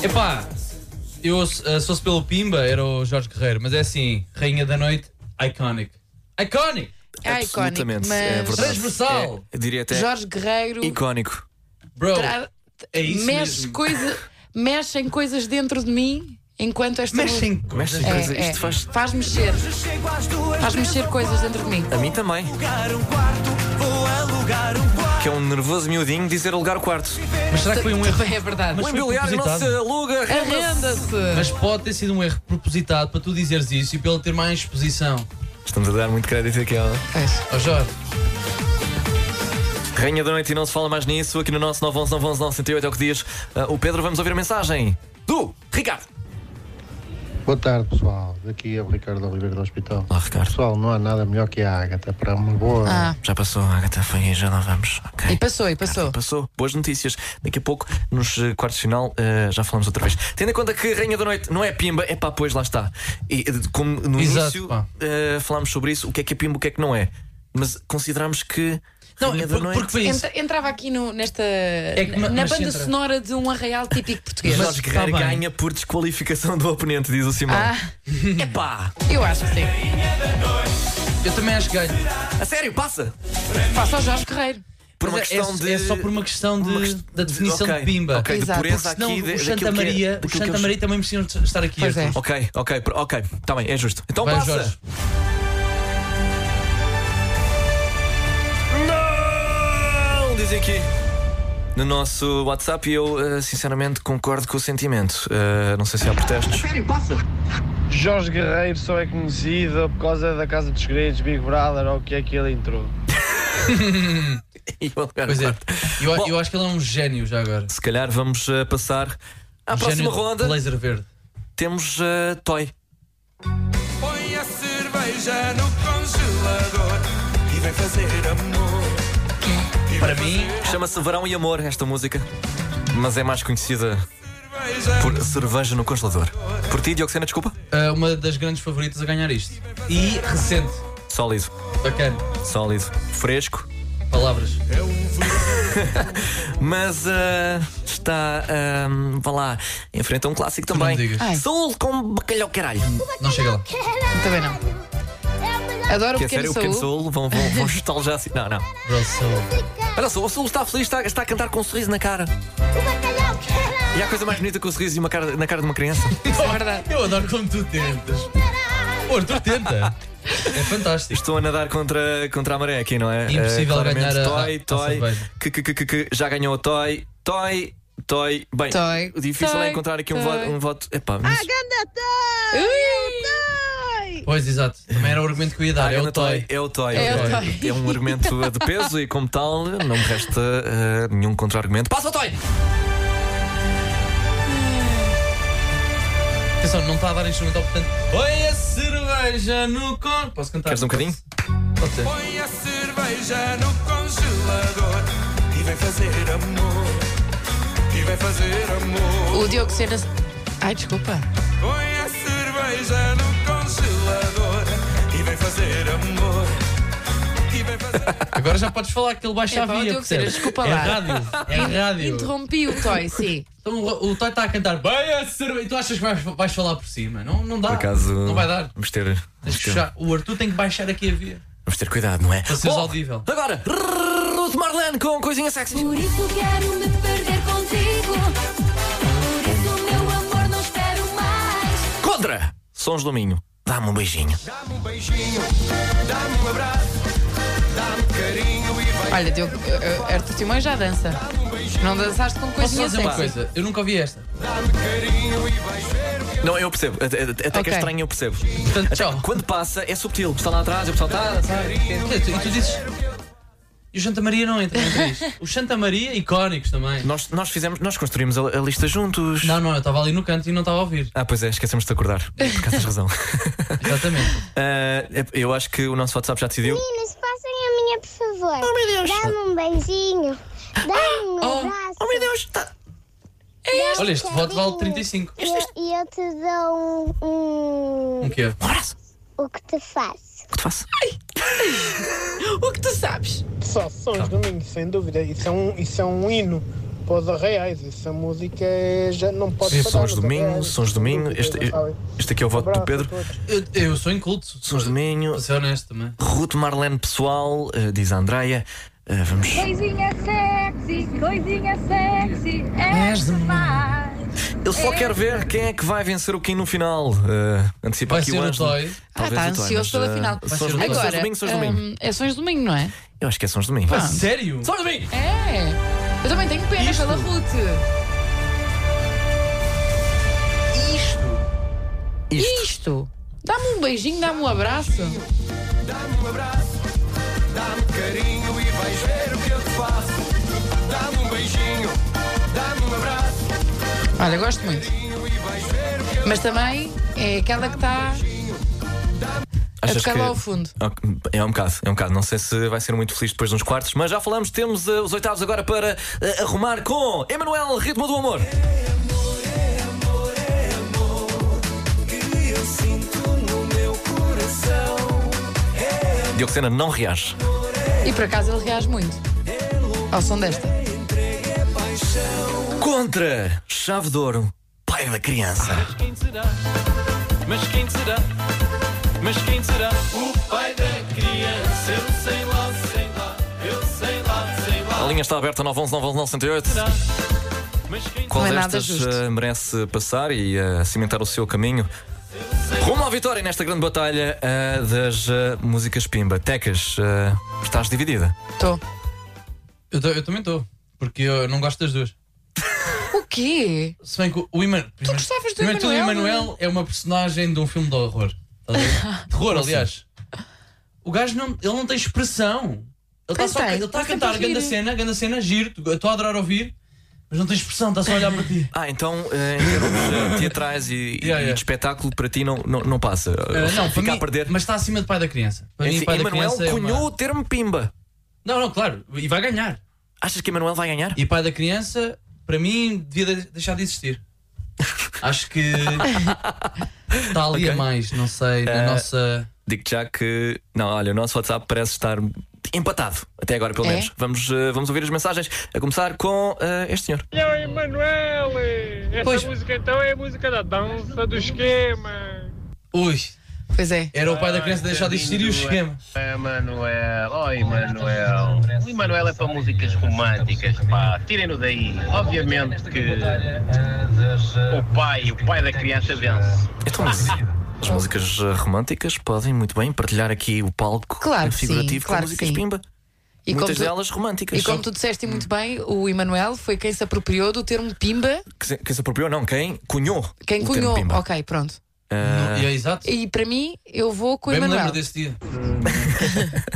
Epá, eu eh, se fosse pelo Pimba era o Jorge Guerreiro, mas é assim, Rainha da Noite, iconic. Iconic!
É icónico,
Absolutamente, é
mas-
verdade.
Transversal.
É, eu diria até.
Jorge Guerreiro
Icónico.
Bro,
tra-
é isso
mexe,
mesmo.
Coisa, mexe em coisas dentro de mim enquanto esta
Mexe em
coisas.
música-
Mexe em coisas.
é.
Isto faz-
faz mexer. Faz mexer coisas dentro de mim.
A mim também.
um
Que é um nervoso miudinho dizer alugar o quarto.
Mas será que foi um erro?
É verdade.
Mas
o
foi
imobiliário não se
propositado.
aluga, renda-se.
Arrenda-se.
Mas pode ter sido um erro propositado para tu dizeres isso e para ele ter mais exposição.
Estamos a dar muito crédito aqui ela.
Ó Jorge.
Rainha da noite e não se fala mais nisso. Aqui no nosso 911 911 908 é o que diz ah, o Pedro. Vamos ouvir a mensagem do Ricardo.
Boa tarde, pessoal. Daqui é o Ricardo Oliveira do Hospital.
Olá, Ricardo.
Pessoal, não há nada melhor que a Ágata para uma boa.
Ah.
Já passou, Agatha, foi aí, já lá vamos.
E passou, e passou.
Passou. Boas notícias. Daqui a pouco, nos eh, quartos de final, eh, já falamos outra vez. Tendo em conta que Rainha da Noite não é Pimba, é pá, pois lá está. E eh, como no
Exato,
início eh, falámos sobre isso, o que é que é Pimba, o que é que não é. Mas consideramos
é
que. Rainha da Noite.
Entra- entrava aqui no- nesta.
é que
na
ma-
na
mas
banda
entra-
sonora de um arraial típico português.
Jorge
tá
Guerreiro ganha por desqualificação do oponente, diz o Simão.
Ah.
Epá!
Eu acho que sim.
Então-
Eu também acho que ganho.
A sério, passa!
Faça ao Jorge Guerreiro.
Por uma
Mas é- é-
questão de.
É só por uma questão de, da definição
ok,
de pimba.
ok, de Exato. pureza
Porque senão
aqui,
o
de- daquilo que é-
Santa Maria, o
daquilo que
Santa
eles-
Maria também mereciam estar aqui. Arthur.
Ok, ok, pr- ok. Está bem, é justo. Então
Vai,
passa!
Jorge.
Não! Dizem aqui. No nosso WhatsApp, e eu eh, sinceramente concordo com o sentimento. Eh, não sei se há protestos.
Sério, passa!
Jorge Guerreiro só é conhecido por causa da Casa dos Segredos, Big Brother ou o que é que ele entrou.
Pois é. Eu, eu acho que ele é um gênio já agora.
Se calhar vamos eh, passar à
Um
próxima
gênio de
ronda.
Laser verde.
Temos eh, Toy.
Põe a cerveja no congelador e vem fazer amor.
Para mim, chama-se Verão e Amor esta música, mas é mais conhecida por Cerveja no Congelador. Por ti, Dioxena, desculpa?
É uma das grandes favoritas a ganhar isto. E recente.
Sólido.
Bacana.
Sólido. Fresco.
Palavras.
Mas eh, está, eh, vá lá, enfrenta um clássico também.
Ai.
Saúl com bacalhau caralho.
Não chega lá.
Também não. Adoro
Que
o
é
pequeno
sério, o
Saúl.
pequeno Saúl, vão, vão, vão chutá-lo já assim. Não, não. Olha só, o Saúl está feliz, está, está a cantar com um sorriso na cara.
é
E há coisa mais bonita que o sorriso e uma cara- na cara de uma criança.
Eu adoro como tu tentas. O Arthur tenta. É fantástico.
Estou a nadar contra, contra a maré aqui, não é?
Impossível
Eh, claramente,
ganhar a-
Toy,
a- a
Toy,
cerveja.
que, que, que, que, que já ganhou o Toy, Toy, Toy. Bem,
Toy,
o difícil
Toy,
é encontrar aqui um
Toy.
voto. Um voto epá, mas-
Pois, exato. Também era o argumento que eu ia dar. É o toy.
É o Toy.
É o
ok. É um argumento eh, de peso e, como tal, não me resta eh, nenhum contra-argumento. Passa o Toy!
Atenção, não está a dar instrumental, portanto. Põe a cerveja no con. Posso cantar?
Queres um bocadinho?
Pode ser.
Põe a cerveja no congelador e vem fazer amor. E vem fazer amor.
O Diogo Sena. Ai, desculpa.
Põe a cerveja no congelador e vem fazer amor. E vem fazer
Agora já podes falar que ele baixa
É
a
pá,
via.
Diogo Sena,
percebes?
desculpa
É
lá.
rádio. É rádio.
Interrompi o Toy, sim.
Então o o Toy está a cantar bem a cerveja. E tu achas que vais, vais falar por cima? Não, não dá.
Por acaso.
Não vai dar.
Vamos ter,
Tens
vamos
que
ter-
puxar. O Arthur tem que baixar aqui a via.
vamos ter cuidado, não é?
Para seres audível.
Agora, Ruth Marlene com coisinha sexy.
Por isso quero me perder contigo. Por isso, meu amor, não espero mais.
Contra! Sons do Minho. Dá-me um beijinho.
um beijinho, dá-me um abraço, dá-me carinho e vai.
Olha, Diogo, eh, eh, Arthur Timões já dança. Não dançaste com
Posso só
coisinha
dizer uma
sexy.
coisa? Eu nunca ouvi esta.
Não, eu percebo. Até, até que
Ok.
é estranho, eu percebo. Até quando passa, é subtil. O pessoal lá atrás, o pessoal está.
E tu- e tu dizes. E o Santa Maria não entra entre isto. O Santa Maria, icónicos também.
Nós, nós fizemos, nós construímos a, a lista juntos.
Não, não, eu estava ali no canto e não estava a ouvir.
Ah, pois é, esquecemos de te acordar. Por acaso tens razão.
Exatamente.
Ah, eu acho que o nosso WhatsApp já decidiu.
Meninas, passem a minha, por favor. Oh, meu Deus. Dá-me um beijinho. Dá-me um abraço. Oh, meu Deus.
tá-
Olha, este voto vale 35.
E eu, e eu te dou um, um-
Um quê?
O que te faço.
O que te faço?
o que tu sabes.
Só sons do Minho, sem dúvida. Isso é um, isso é um hino para os arraiais. Essa música é- já não pode
Sim,
parar.
Sons
os
do Minho,
arraiais,
Sons do
sem
Minho.
dúvida,
Este,
já sabem.
este aqui é o voto do Pedro.
Eu, eu sou inculto. Sons
do Minho.
Para ser honesto também.
Ruth Marlene Pessoal, ah, diz a Andreia. Ah, vamos.
Coisinha sexy, coisinha sexy, és demais.
Eu só quero ver quem é que vai vencer o Kim no final. Ah, antecipa
Vai
aqui
ser
o
o
Ângelo.
Toy.
Ah,
Talvez
está
o Toy,
ansioso
mas,
pela
ah,
final.
Sons do Minho, Sons do
Agora,
Minho, Sons do Minho.
hum, é Sons do Minho, não é?
Eu acho que é Sons do Minho.
Pá, sério?
Sons do Minho!
É. Eu também tenho pena pela Ruth. Isto. Dá-me um beijinho, dá-me um abraço.
Dá-me um abraço, dá-me carinho e vais ver o que eu te faço. Dá-me um beijinho, dá-me um abraço.
Olha, gosto muito. Mas também é aquela que está a
Achas
tocar
que-
lá É ao fundo.
Ok, É um bocado, é um bocado. Não sei se vai ser muito feliz depois dos quartos, mas já falamos, temos eh, os oitavos agora para eh, arrumar com Emanuel Ritmo do Amor.
Que eu sinto no meu coração.
Diogo Sena não reage.
E por acaso ele reage muito ao som desta.
Contra Chave de Ouro, pai da criança.
Quem será? Mas quem será? Mas quem será? O pai da criança, eu sei lá, sei lá, eu sei lá, sei lá.
A linha está aberta 911 911 108. Qual
Não é nada
destas
justo.
eh, merece passar e eh, cimentar o seu caminho? Rumo à vitória nesta grande batalha eh, das eh, músicas Pimba. Tecas, eh, estás dividida.
Estou.
Eu, ta- eu também estou. Porque eu não gosto das duas.
O quê?
Se bem que o- o Iman... Tu
gostavas do
primeiro de tudo, o
Emanuel?
Emanuel é uma personagem de um filme de horror. Estás a ver? Terror,
Como assim?
aliás. O gajo não, ele não tem expressão. Ele está
Pois
só a-
tem,
ele tá a
tá
cantar
sempre a
ganda
rir.
cena, ganda cena, giro. Eu Estou a adorar ouvir, mas não tem expressão, está só a olhar para ti.
Ah, então, eh, em termos eh, teatrais e, e- e de espetáculo, para ti não, não, não passa.
Eh, não, para
fica
mim,
a perder.
Mas está acima de pai da criança. Para mim,
Enfim,
pai da
Emanuel
criança. é uma-
cunhou o termo Pimba.
Não, não, claro. E vai ganhar.
Achas que Emanuel vai ganhar?
E pai da criança, para mim, devia de- deixar de existir. Acho que está ali a mais, não sei, na
Eh,
nossa.
Digo já que. Não, olha, o nosso WhatsApp parece estar empatado. Até agora, pelo
É?
menos. Vamos, eh, vamos ouvir as mensagens. A começar com eh, este senhor.
E aí, Emanuel! Essa música então é a música da dança do esquema.
Ui.
Pois é.
Era o pai da criança deixar de existir e o esquema.
É, Manuel, oh Emanuel. O Emanuel é para músicas românticas, pá. Tirem-no daí. Obviamente que o pai, o pai da criança vence.
Então, mas as músicas eh, românticas podem muito bem partilhar aqui o palco eh,
Claro que sim,
figurativo
claro
com
que
músicas
sim.
Pimba.
E
Muitas
como tu-
delas românticas.
E como tu disseste muito bem, o Emanuel foi quem se apropriou do termo pimba,
Que se- Quem, se apropriou, não, quem cunhou.
quem
o termo
cunhou.
Pimba.
Ok, pronto.
Eh,
E é exato.
E para mim, eu vou com o
Bem me lembro
Emanuel.
desse dia.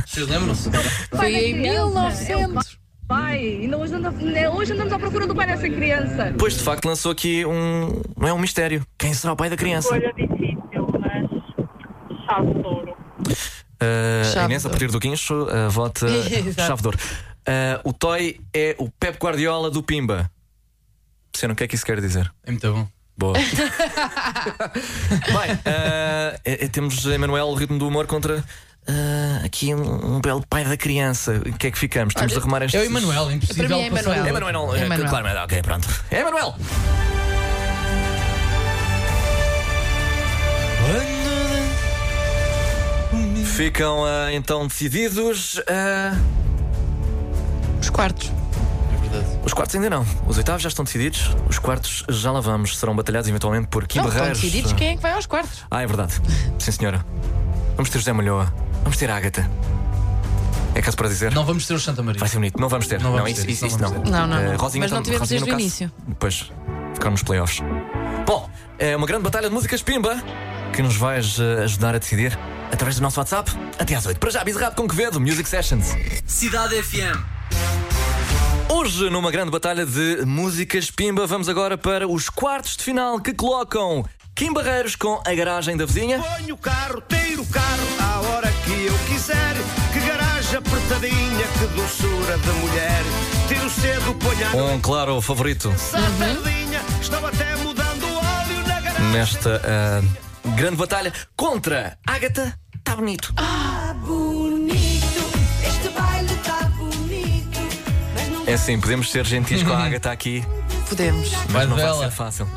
Vocês lembram-se?
Foi em 1900.
Pai, ainda hoje andamos, hoje andamos à procura do pai dessa criança.
Pois de facto lançou aqui um. Não é um mistério. Quem será o pai da criança?
Escolha difícil, mas chave de ouro.
Uh,
Chave
Inês,
de
a partir do guincho, uh, vota
Exato.
chave de ouro. Uh, o Toy é o Pep Guardiola do Pimba. Você não quer que isso quer dizer?
É muito bom.
Boa. Bem, uh, é- é- temos Emanuel, o ritmo do humor, contra uh, aqui um, um belo pai da criança. O que é que ficamos? Temos de arrumar este.
É o Emanuel, é impossível
Para mim é
passar
Emanuel.
do-
Emanuel, é,
Emanuel.
claro, mas- ok, pronto. É Emanuel!
É
Ficam ah, então decididos. ah,
Os quartos.
Os quartos ainda não. Os oitavos já estão decididos. Os quartos já lá vamos. Serão batalhados eventualmente por Kim
Não, estão
Barreiros.
decididos quem é que vai aos quartos.
Ah, é verdade. Sim, senhora. Vamos ter José Malhoa. Vamos ter Ágata. É caso para dizer?
Não vamos ter o Santa Maria.
Vai ser bonito. Não vamos ter.
Não vamos
isso,
ter,
isso,
isso
isso
não
não.
vamos ter.
Não, não,
Eh,
não.
Rosinha
Mas não
tam-
tivemos
Rosinha,
desde
no
o
caso,
início.
Depois ficaram nos playoffs. Bom, é uma grande batalha de músicas Pimba que nos vais eh, ajudar a decidir através do nosso WhatsApp até às 8. Para já, Bizarrado com Quevedo, Music Sessions.
Cidade FM.
Hoje, numa grande batalha de músicas Pimba, vamos agora para os quartos de final que colocam Kim Barreiros com a garagem da vizinha.
Ponho o carro, tiro o carro à hora que eu quiser. Que garagem apertadinha, que doçura de mulher. Tiro cedo, ponho à noite.
Um claro favorito
Sardinha, estou até mudando o óleo na garagem.
nesta ah, grande batalha contra Ágata. Tá bonito.
Ah, bonito, este baile tá bonito. Mas não Uhum.
É assim, podemos ser gentis com a Ágata aqui,
Podemos.
mas não vai ser fácil.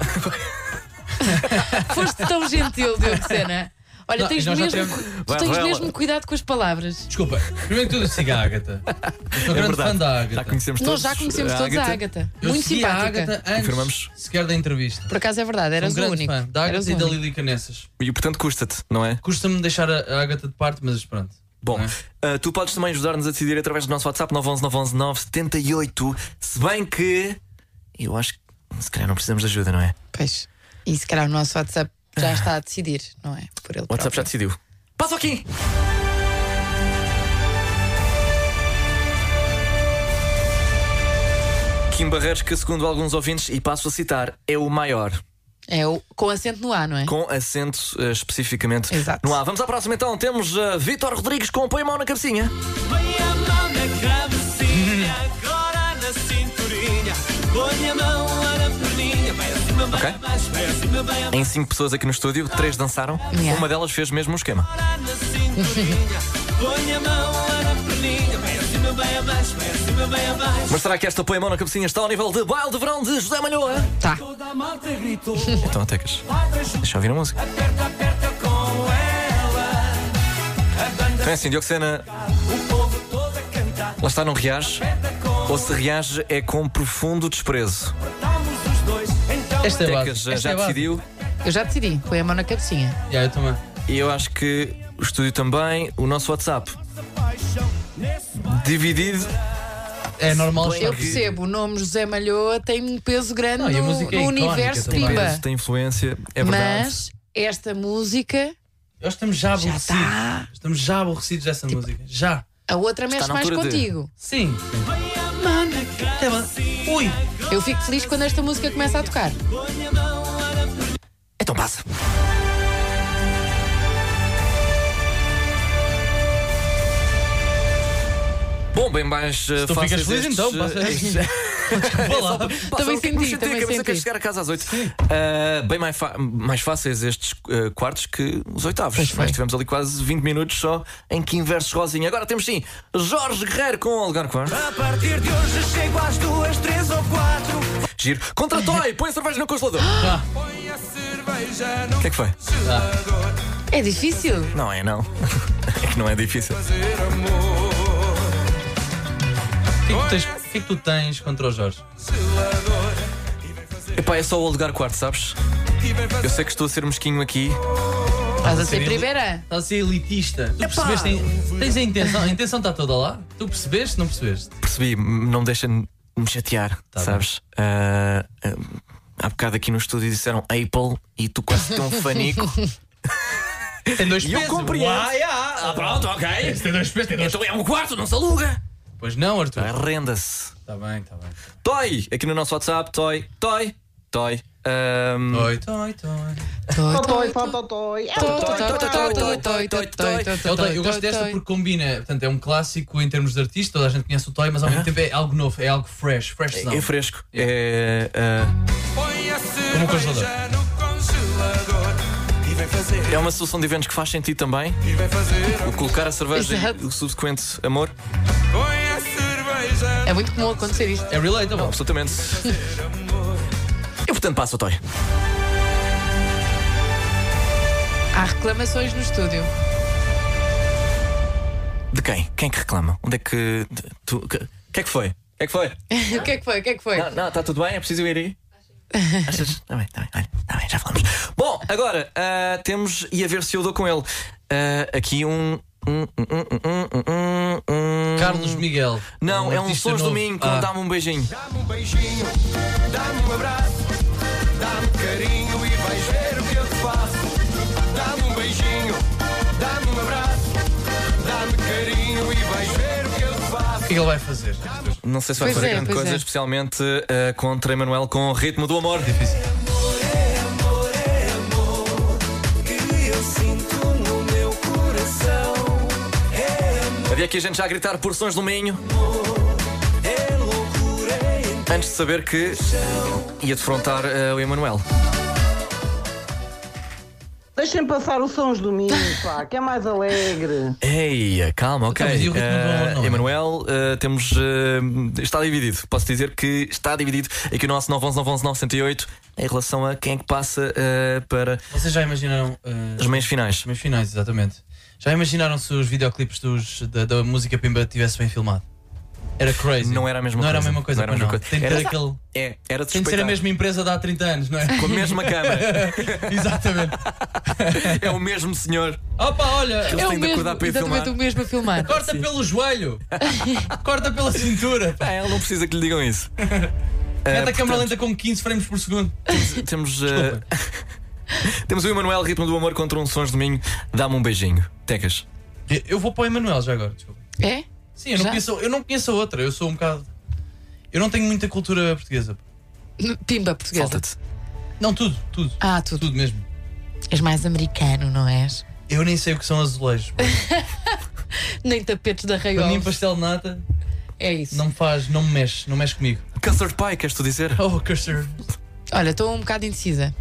Foste tão gentil, Diogo Sena. Olha,
Não,
tens,
e nós já
mesmo,
tivemos-
tu
Vai,
tens
vai,
mesmo
ela.
cuidado com as palavras.
Desculpa, primeiro que tudo siga a Ágata. Eu sou
É
grande
verdade.
fã da Ágata.
Já conhecemos
Nós já conhecemos todos a Ágata.
Eu
Muito
segui a
simpática.
Ágata antes
Confirmamos.
sequer da entrevista.
Por acaso é verdade,
Sou
eras
um
o
grande
único.
fã da Ágata
Eras o
e da
único.
Lili Canessas.
E portanto custa-te, não é?
Custa-me deixar a a Ágata de parte, mas pronto.
Bom,
é?
ah, tu podes também ajudar-nos a decidir através do nosso WhatsApp 911 911 78. Se bem que. Eu acho que. Se calhar não precisamos de ajuda, não é?
Pois. E se calhar o nosso WhatsApp já está a decidir, não é? Por ele
O WhatsApp já decidiu. Passa aqui! Kim Barreiros, que segundo alguns ouvintes, e passo a citar, é o maior.
É o, com acento no A, não é?
Com acento eh, especificamente no A. Vamos à próxima então. Temos eh, Vítor Rodrigues com Põe a mão na cabecinha.
Põe a mão na cabecinha, agora na cinturinha. Põe a mão lá na perninha, vai acima, vai
Ok.
abaixo, vai acima, vai abaixo.
Em cinco pessoas aqui no estúdio, três dançaram.
Yeah.
Uma delas fez mesmo o esquema.
Lá na cinturinha, põe a mão lá na perninha, vai acima, vai abaixo, vai acima, vai abaixo.
Mas será que esta Põe a mão na cabecinha está ao nível de baile de verão de José Malhoa?
Tá.
Toda a malta gritou.
Então, Tecas, deixa eu ouvir a música.
Aperta, aperta com ela. A banda,
Então é assim, Dioxena,
o povo todo a cantar.
lá está, não reage. Ou se reage, é com profundo desprezo.
Estamos os dois, então
é
Esta Tecas já, já decidiu.
Eu já decidi, põe a mão na cabecinha.
Já, eu também. E eu acho que o estúdio também, o nosso WhatsApp. Dividido. É normal
Eu percebo, o nome José Malhoa tem um peso grande
e a
no,
música é
no
icónica
universo
também.
pimba.
Tem influência, é verdade.
Mas esta música,
Nós estamos já aborrecidos. Estamos já aborrecidos dessa música. Já.
a outra
Está
mexe
na
mais
altura de-
contigo.
Sim.
É
Ui! Eu fico feliz quando esta música começa a tocar.
Então passa. Bom, bem mais eh,
Se tu
fáceis
ficas feliz,
estes,
então, passa.
eh, estes-
Desculpa lá.
Também
o que é que
senti,
me chateia,
também
que eu pensei que ia
senti.
chegar a casa às 8. bem mais, fa- mais fáceis estes eh, quartos que os oitavos. Nós tivemos ali quase 20 minutos só em que inversos rosinha. Agora temos sim Jorge Guerreiro com o Algarve.
A partir de hoje chego às duas, três ou quatro.
Giro. Contratói, põe a cerveja no congelador.
Ah.
Põe a cerveja no
O que é que foi?
É difícil.
Não é, não. É que não é difícil.
O que é que tu tens, o que é que tu tens contra o Jorge?
Epá, é só o alugar quarto, sabes? Eu sei que estou a ser mesquinho aqui.
Estás a ser primeira.
Estás a ser elitista. Tu
Epá.
percebeste? Tens- Tens a intenção. A intenção está toda lá. Tu percebeste? Não percebeste?
Percebi, m- não me deixa n- me chatear,
Tá
sabes? Ah, ah, há bocado aqui no estúdio disseram Apple e tu quase tão fanico.
Tem dois
E eu
pesos.
compreendo.
Ah, yeah. Ah, pronto, ok. Tem dois pesos, tem dois Tá
Então é um quarto, não se aluga.
Pois não, Arthur.
Arrenda-se.
Está bem, está bem.
Toy! Aqui no nosso WhatsApp, Toy, Toy, Toy. Um...
Toy, toy, toy.
Totói, totói.
É o Toy. Eu gosto desta porque combina, portanto, é um clássico em termos de artista, toda a gente conhece o Toy, mas ao mesmo tempo é algo novo, é algo fresh, fresh
É, é fresco. É,
Põe a
Como um congelador.
cerveja no congelador. E vai fazer,
ah, é uma solução de eventos que faz sentido também.
e vai fazer.
O colocar a cerveja e o subsequente amor.
Põe a cerveja.
É muito comum acontecer isto.
É relatable.
absolutamente. Eu portanto passo o Toy.
Há reclamações no estúdio.
De quem? Quem é que reclama? Onde é que. tu- O que, o que é que foi? O que é que foi?
o que é que foi? O que é que foi?
Não, está tudo bem? É preciso ir aí? Achas? Está bem, está bem, olha, está bem, já falamos. Bom, agora ah, temos e a ver se eu dou com ele. Ah, aqui um. um, um, um, um, um, um.
Carlos Miguel.
Não,
Um
é um
artista
Sons
novo.
Domingo.
Ah.
Dá-me um beijinho.
Dá-me um beijinho, dá-me um abraço, dá-me carinho e vais ver o que eu te faço. Dá-me um beijinho, dá-me um abraço, dá-me carinho e vais ver o que eu te faço.
O que é que ele vai fazer?
Não sei se vai
Pois
fazer
é,
grande
pois
coisa,
é.
especialmente ah, contra Emanuel com o ritmo do amor. Difícil.
Que eu sinto no meu coração.
Havia aqui gente já a gritar por Sons do Minho. Antes de saber que ia defrontar eh, o Emanuel.
Deixem passar o Sons do Minho, pá, que é mais alegre.
Eia, calma, ok.
Então, mas e o ritmo do
Eh,
amor, não é?
Emanuel, eh, temos. eh, está dividido. Posso dizer que está dividido aqui o nosso 911-911-908 em relação a quem é que passa eh, para
Vocês já imaginaram. eh,
as meias finais.
Os meus finais, exatamente. Já imaginaram se os videoclipes dos- da, da música Pimba tivesse bem filmado? Era crazy.
Não era a mesma
Não era
coisa.
a mesma coisa,
Não era a
pois não.
mesma coisa.
Tem de ter
Era-
aquele-
É, era de
Tem de ser a
suspeitar.
mesma empresa de há 30 anos, não é?
Com a mesma câmara.
Exatamente.
É o mesmo senhor.
Opa, olha.
Eles têm de acordar para ir
É exatamente
filmar.
o mesmo a filmar.
Corta pelo joelho. Corta pela cintura.
Ah, ele não precisa que lhe digam isso.
Mete
Eh,
a câmera
portanto,
lenta com 15 frames por segundo.
Temos. eh, temos o Emanuel, ritmo do amor contra um Sons de Minho. Dá-me um beijinho. Tecas.
Eu vou para o Emanuel já agora, desculpa.
É?
Sim, eu não,
Já?
conheço, eu não conheço a outra, eu sou um bocado. Eu não tenho muita cultura portuguesa.
Pimba portuguesa.
Falta-te. Não, tudo, tudo.
Ah, tudo.
Tudo mesmo.
És mais americano, não és?
Eu nem sei o que são azulejos.
Nem tapetes da
Para mim,
Raiola.
pastel de nata
É isso.
não me faz, não me mexe, não mexe comigo.
Custard pie, queres tu dizer?
Oh, custard.
Olha, estou um bocado indecisa.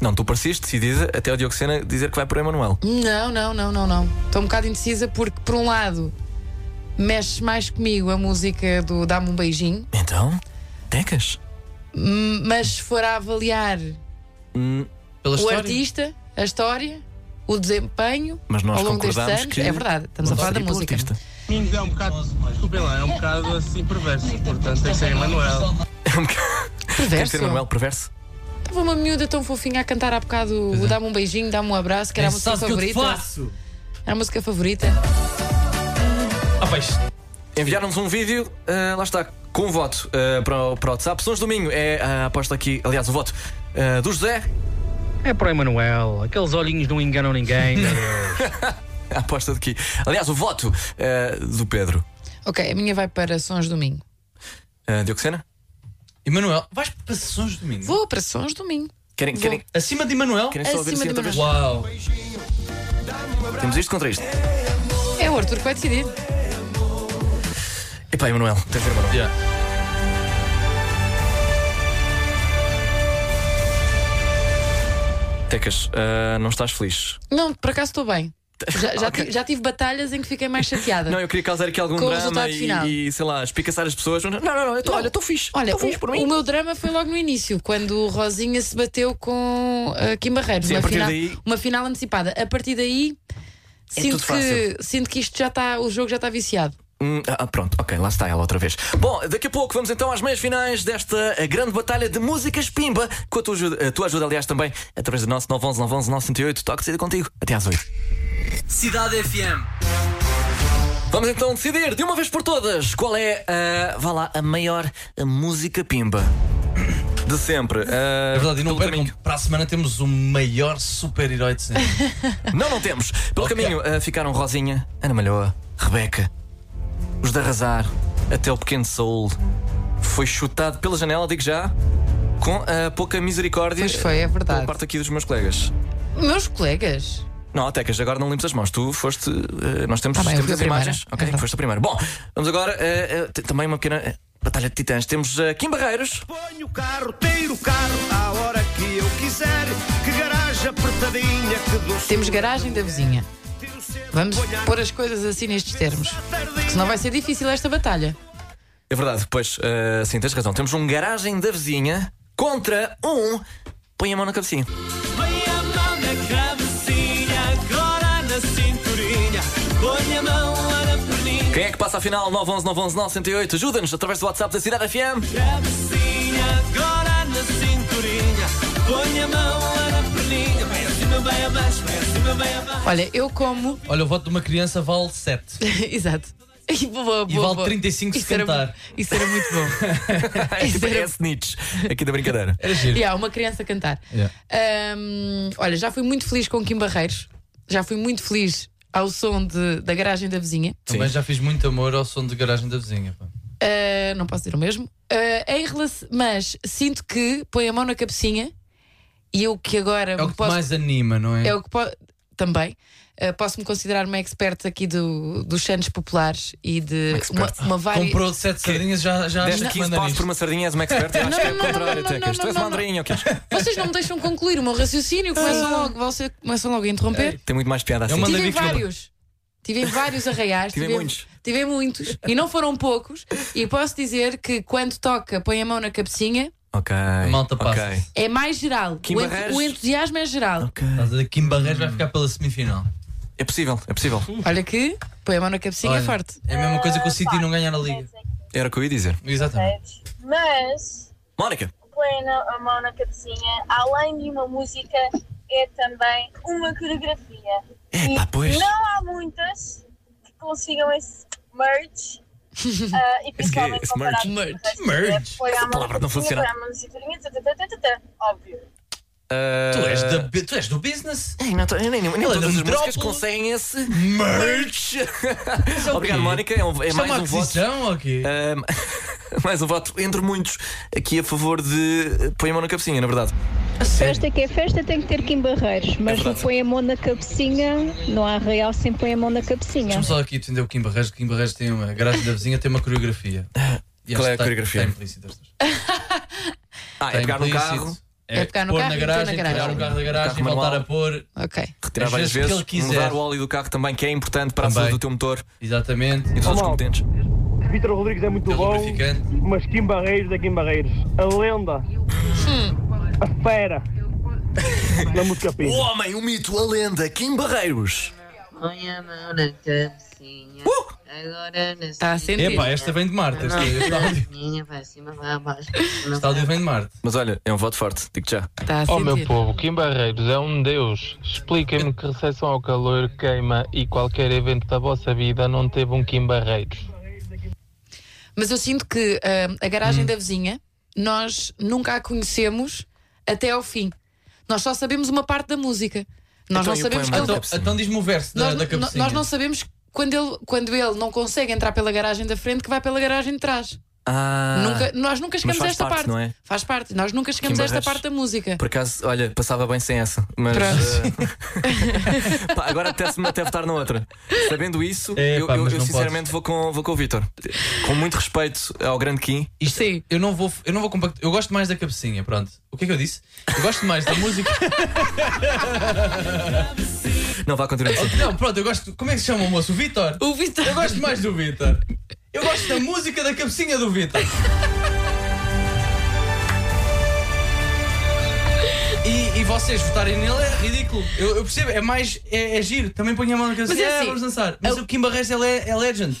Não, tu pareciste decidida até o Dioxena dizer que vai para o Emanuel.
Não, não, não, não, não. Estou um bocado indecisa porque, por um lado, mexe mais comigo a música do Dá-me um beijinho,
Então, tecas?
m- mas se for a avaliar
Hum,
o artista, a história, o desempenho
Mas nós
ao longo destes
concordamos
anos,
que
é verdade, estamos a
não
falar da
seria pelo
música.
artista.
Domingos é um bocado. Desculpem lá, é um bocado assim perverso. Portanto, tem que ser Emanuel.
Queres ter
Perverso.
Emanuel perverso?
Estava uma miúda tão fofinha a cantar há bocado o Dá-me um beijinho, dá-me um abraço, que era a
Nem
música
sabes é. o que eu te
favorita.
faço.
Era a música favorita.
Ah, pá, isto-
Enviaram-nos um vídeo, ah, lá está, com um voto ah, para, o, para o WhatsApp. Sons de domingo é a aposta aqui, aliás, o voto ah, do José.
É para o Emanuel. Aqueles olhinhos não enganam ninguém. meu Deus.
A aposta daqui. Aliás, o voto ah, do Pedro.
Ok, a minha vai para Sons de Domingo.
Ah, Dioxena?
Emanuel, vais para sessões de domingo?
Vou para Sons de Domingo.
Querem,
Vou.
querem,
Acima de Emanuel?
querem só ouvir
Acima
assim
de
outra vez?
Uau.
Temos isto contra isto.
É o Arthur que vai decidir.
Epá, Emanuel, tem que ser Emanuel.
Yeah.
Tecas, ah, não estás feliz?
Não, por acaso estou bem. Já, já ti- já tive batalhas em que fiquei mais chateada.
Não, eu queria causar aqui algum
Com o
drama
resultado final.
e, e, sei lá, espicaçar as pessoas. Não, não, não, eu tô, olha, estou fixe.
Olha,
tô fixe por
o,
mim.
o meu drama foi logo no início, quando o Rosinha se bateu com uh, Kim Barreiros.
Sim, a
uma,
partir
final,
daí-
uma final antecipada. A partir daí,
É
sinto,
tudo fácil.
que, sinto que isto já está, o jogo já está viciado.
Hum, ah, ah, pronto, ok, lá está ela outra vez. Bom, daqui a pouco vamos então às meias finais desta eh, grande batalha de músicas Pimba, com a tua ajuda, a tua ajuda aliás, também através do nosso 911 911 908. Toque saída contigo até às 8.
Cidade FM.
Vamos então decidir de uma vez por todas qual é a, vá lá, a maior música Pimba de sempre. Ah,
É verdade, e não percam, para a semana temos o maior super-herói de sempre.
Não, não temos. Pelo caminho eh, ficaram Rosinha, Ana Malhoa, Rebeca, os de Arrasar, até o pequeno Saúl. Foi chutado pela janela, digo já, com eh, pouca misericórdia.
Pois foi, é
eh,
verdade.
Pela parte aqui dos meus colegas.
Meus colegas.
Não, Tecas, agora não limpas as mãos. Tu foste. eh, nós temos,
Tá bem,
temos
eu fui a
as
primeira.
imagens. Ok, foste a primeira. Bom, vamos agora. eh, eh, t- também uma pequena eh, batalha de titãs. Temos eh, Kim Barreiros.
Ponho o carro, tiro o carro à hora que eu quiser. Que garagem apertadinha, que doce.
Temos garagem da vizinha. Vamos pôr as coisas assim nestes termos. Porque senão vai ser difícil esta batalha.
É verdade, pois, eh, sim, tens razão. Temos um garagem da vizinha contra um. Põe a mão na cabecinha.
Põe a mão na cabecinha, agora na cinturinha. Põe a mão lá na perninha.
Quem é que passa a final? 911 911 908 Ajuda-nos através do WhatsApp da Cidade FM
Cabecinha, agora na cinturinha. Põe a mão lá na perninha. Vai acima, vai abaixo, vai acima, vai abaixo.
Olha, eu como.
Olha, o voto de uma criança vale 7.
Exato. E, boa, boa,
E vale
boa.
35 se
Isso era
cantar.
mu- Isso era muito bom.
É tipo S. Nietzsche Aqui da brincadeira
Era giro.
E há uma criança a cantar.
Yeah.
Ahm, olha, já fui muito feliz com Kim Barreiros. Já fui muito feliz ao som de- da garagem da vizinha.
Também já fiz muito amor ao som de garagem da vizinha. pá.
Ah, não posso dizer o mesmo. Ah, em relação, mas sinto que põe a mão na cabecinha e eu que agora
É o
me
que
posso.
mais anima, não é?
É o que po- Também. Ah, Posso-me considerar uma expert aqui do, dos Santos Populares e de uma, uma vari-
Comprou 7 sardinhas, já, já
Deste
já
15
manda
paus
nisto.
por uma sardinha és uma expert Eu acho que é o contrário,
não,
Tecas
não,
Tu és
não,
uma andrainha, ok?
Vocês não me deixam concluir o meu raciocínio, começam logo, vocês começam logo a interromper.
Tem muito mais piada assim
Tive em vários. Tive em vários arraiais.
Tive em
tive em-
muitos.
tive em muitos. E não foram poucos. E posso dizer que quando toca, põe a mão na cabecinha,
Ok Malta passa
é mais geral.
Kim
O, en-
Barreiros.
o entusiasmo é geral.
Estás a dizer que Kim Barreiros
Hum.
vai ficar pela semifinal.
É possível, é possível
Olha que põe a mão na cabecinha
Olha,
forte.
É a mesma coisa que o City não ganhar a liga.
Era o que eu ia dizer
Exatamente.
Mas,
Mónica
põe a mão na cabecinha, além de uma música, é também uma coreografia.
Epá, É, pois
Não há muitas que consigam esse merge. ah, e principalmente
Esse quê? Esse
comparado
merge?
com o resto,
Merge?
né? Põe a
Essa
mão na
palavra não
cabecinha,
funciona.
põe a mão na cinturinha, tã, tã, tã, tã, tã, Óbvio.
Ah,
Tu és, da, bi- tu és do business?
Ei, não tô- nem, nem, nem
Ela é
todas
da
as músicas
metrópole.
conseguem esse
Merch!
Obrigado, Mónica. É, um- é
Isto é
mais
uma
um voto.
aquisição, ok?
Ahm, Mais um voto entre muitos aqui a favor de. Põe a mão na cabecinha, na verdade.
Festa que é festa tem que ter Kim
É
Barreiros, mas não põe a mão na cabecinha, não há real sem põe a mão na cabecinha.
Deixa-me só aqui defender o Kim Barreiros, que Kim Barreiros tem uma. A garagem da vizinha tem uma coreografia. E acho
Qual é
que tá
a
está-
coreografia?
Está implícita.
Ah, é
Está
pegar no
Tá implícito.
carro.
É pegar no
pôr
carro e
na
meter
garagem,
na garagem.
tirar o carro da garagem,
Carro
voltar
manual.
a pôr.
Ok.
Retirar
As
várias
vezes
vezes,
que ele quiser.
mudar o óleo do carro também, que é importante para a
Também.
saúde do teu motor.
Exatamente.
E dos outros
Oh, mal.
competentes.
Vitor Rodrigues é muito bom, mas Kim Barreiros é Kim Barreiros. A lenda. A fera. Na música
O homem, o mito, a lenda, Kim Barreiros.
Põe a mão na cabecinha.
Uh!
Agora na
Ah.
Tá a sentir. Epá, esta vem de Marte, esta- este áudio.
Minha vai cima, vai abaixo.
Está ali vem de Marte.
Mas olha, é um voto forte, digo já.
a
oh meu
sentir.
povo, Kim Barreiros é um deus. Expliquem-me que recepção ao calor, queima e qualquer evento da vossa vida não teve um Kim Barreiros.
Mas eu sinto que ah, a garagem da vizinha nós nunca a conhecemos até ao fim. Nós só sabemos uma parte da música. Nós não sabemos que ele.
Então, então diz-me o
é
verso da,
Nós,
da
não-
cabecinha.
nós não sabemos quando ele, quando ele não consegue entrar pela garagem da frente que vai pela garagem de trás.
Ah,
Nunca- nós nunca
mas
chegamos
faz
a esta
parte,
parte.
não é?
Faz parte. Nós nunca chegamos
Kim
a esta
Barreiros.
parte da música.
Por acaso, olha, passava bem sem essa. Mas. eh, pá, agora apetece-me até votar na outra. Sabendo isso, eu,
pá,
eu-
mas
eu
não
sinceramente vou com, vou com o Vitor. Com muito respeito ao grande Kim.
Isto, Eu não vou, eu não vou compacto, eu gosto mais da cabecinha, pronto. O que é que eu disse? Eu gosto mais da música.
Não vá continuar assim.
Oh, Não, pronto, eu gosto. Como é que se chama o moço? O Vitor.
O Vitor.
Eu gosto mais do Vitor. Eu gosto da música da cabecinha do Vitor. E, e vocês votarem nele é ridículo. Eu, eu percebo, é mais. É, é giro. Também ponho a mão na cabecinha.
Mas é
"Ah,
assim,
vamos dançar. Mas o Kim Barreiros ele é, é legend.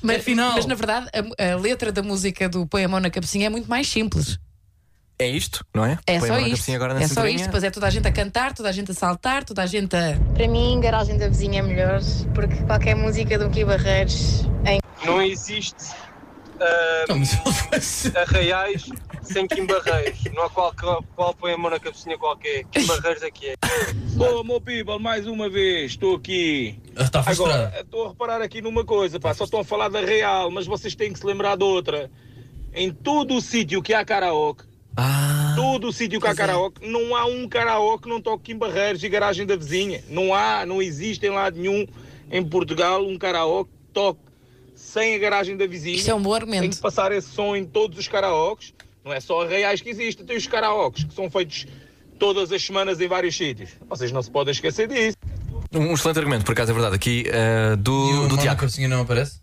Mas,
é final.
mas, na verdade, a, a letra da música do Põe a Mão na Cabecinha é muito mais simples.
É isto, não é? Põe
É
a
só
mão na
isto.
cabecinha agora na
é só
cinturinha.
isto. Depois é toda a gente a cantar, toda a gente a saltar, toda a gente a.
Para mim, Garagem da Vizinha é melhor, porque qualquer música do Kim Barreiros é
Não existe ah,
É.
arraiais sem Kim Barreiros. Não há qual, qual, qual põe a mão na cabecinha qualquer. Kim Barreiros aqui é.
Boa, meu people, mais uma vez, estou aqui.
Está frustrado.
Agora, eh, estou a reparar aqui numa coisa, pá, só estão a falar da real, mas vocês têm que se lembrar de outra. Em todo o sítio que há karaoke,
Ah,
todo o sítio que
é.
há karaoke, não há um karaoke que não toque em barreiros e garagem da vizinha. Não há, não existe em lado nenhum em Portugal um karaoke que toque sem a garagem da vizinha.
Isso é um bom argumento.
Tem que passar esse som em todos os karaokes. Não é só reais que existem, tem os karaokes que são feitos todas as semanas em vários sítios. Vocês não se podem esquecer disso.
Um excelente argumento, por acaso é verdade, aqui eh, do, do Tiago.
cabecinha não aparece?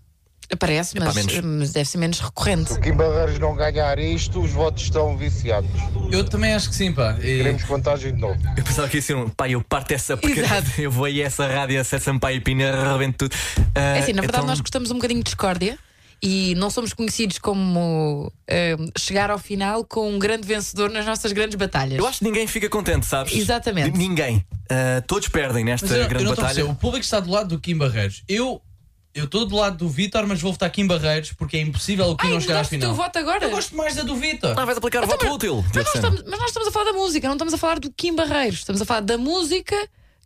Aparece,
Epá,
mas,
menos.
mas deve ser menos recorrente.
Kim Barreiros não ganhar isto, os votos estão viciados.
Eu também acho que sim, pá.
Queremos contagem de novo.
Eu pensava que ia ser um pai, eu parto essa porcaria, eu vou aí a essa rádio, a essa Sampaio e Pina, arrebento tudo. Ah,
É assim, na verdade,
então,
nós gostamos um bocadinho de discórdia e não somos conhecidos como hum, chegar ao final com um grande vencedor nas nossas grandes batalhas.
Eu acho que ninguém fica contente, sabes?
Exatamente.
Ninguém. Ah, todos perdem nesta
Mas eu, eu
grande
não estou a
batalha.
perceber, O público está do lado do Kim Barreiros. Eu eu estou do lado do Vitor, mas vou votar Kim Barreiros porque é impossível o Kim
Ai,
não chegar à
mudaste o teu
final.
voto agora? Eu
gosto mais da do Vitor.
Ah, vais aplicar o voto útil.
Mas nós, estamos, mas nós estamos a falar da música, não estamos a falar do Kim Barreiros. Estamos a falar da música,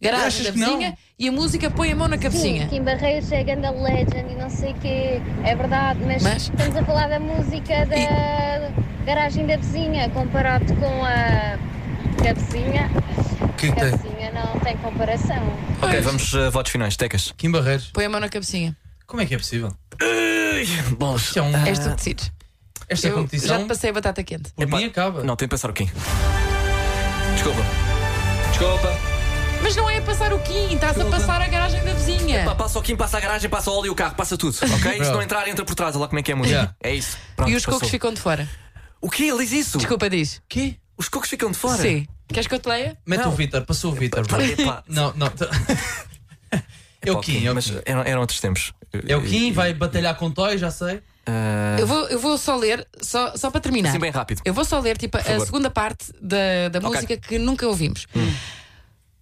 garagem
Achas
da
que não?
vizinha e a música põe a mão na cabecinha.
Sim, Kim Barreiros é ganda legend e não sei o quê, é verdade, mas, estamos a falar da música da garagem da vizinha, comparado com a cabecinha.
É
Que tem?
cabecinha não tem comparação.
Ok, vamos a votos finais, tecas.
Kim Barreiros.
Põe a mão na cabecinha.
Como é que é possível?
Bom,
é um...
És tu que decides.
Esta
Ah. Eu
é competição-
Já te passei a batata quente.
Por mim acaba.
Não, tem que pensar o Kim. Desculpa.
Desculpa.
Mas não é a passar o Kim, estás a passar a garagem da vizinha.
Pá, passa o Kim, passa a garagem, passa o óleo e o carro, passa tudo, ok? Se não entrar, entra por trás, olha lá como é que é a música.
Yeah.
É isso. Pronto,
e os
passou.
cocos ficam de fora.
O quê? Ele diz isso?
Desculpa, diz.
Quê?
Os cocos ficam de fora?
Sim. Queres que eu te leia?
Mete o Vitor, passou o Vitor.
Epá,
bro.
epá.
Não, não. tá- É o Kim, é o
Mas eh,
Kim.
eram, eram outros tempos.
É o Kim, vai batalhar com Toy, já sei.
Ah,
Eu vou, eu vou só ler, só, só para terminar.
Assim, bem rápido.
Eu vou só ler tipo, a
favor.
segunda parte da, da
Ok. Hum.
música que nunca ouvimos.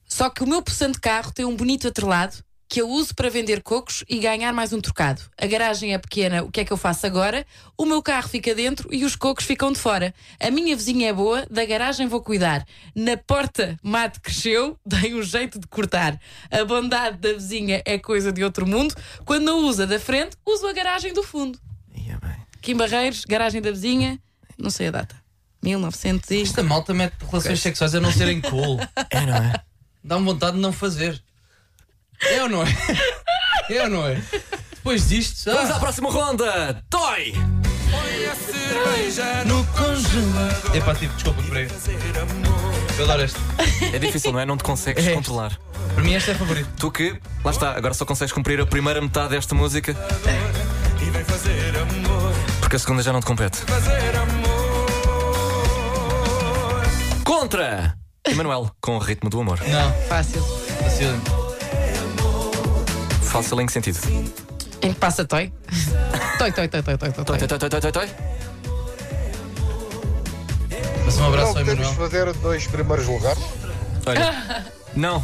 Só que o meu possante carro tem um bonito atrelado que eu uso para vender cocos e ganhar mais um trocado. A garagem é pequena, o que é que eu faço agora? O meu carro fica dentro e os cocos ficam de fora. A minha vizinha é boa, da garagem vou cuidar. Na porta, mate cresceu, dei um jeito de cortar. A bondade da vizinha é coisa de outro mundo. Quando não usa da frente, uso a garagem do fundo. Kim Barreiros, garagem da vizinha, não sei a data. 1900 e...
Esta malta mete relações
Coisa.
sexuais a não serem cool.
É, não é?
Dá-me vontade de não fazer. É ou não é? É ou não é? Depois disto. ah,
Vamos à próxima ronda! Toy!
No congelador. Epá, tive desculpa por aí. Eu adoro este.
É difícil, não é? Não te consegues controlar.
Para mim, esta é a favorita.
Tu que, lá está, agora só consegues cumprir a primeira metade desta música. Porque a segunda já não te compete. Contra! Emanuel, com o ritmo do amor.
Não.
Fácil.
Fácil.
Fácil em que sentido?
Em que passa toy? toy, toy, toy, toy, toy, toy.
Toi, toi, toi, toi, toi, toi, toi.
um abraço
não
ao
podemos
Emanuel.
fazer dois primeiros lugares.
Olha. Não.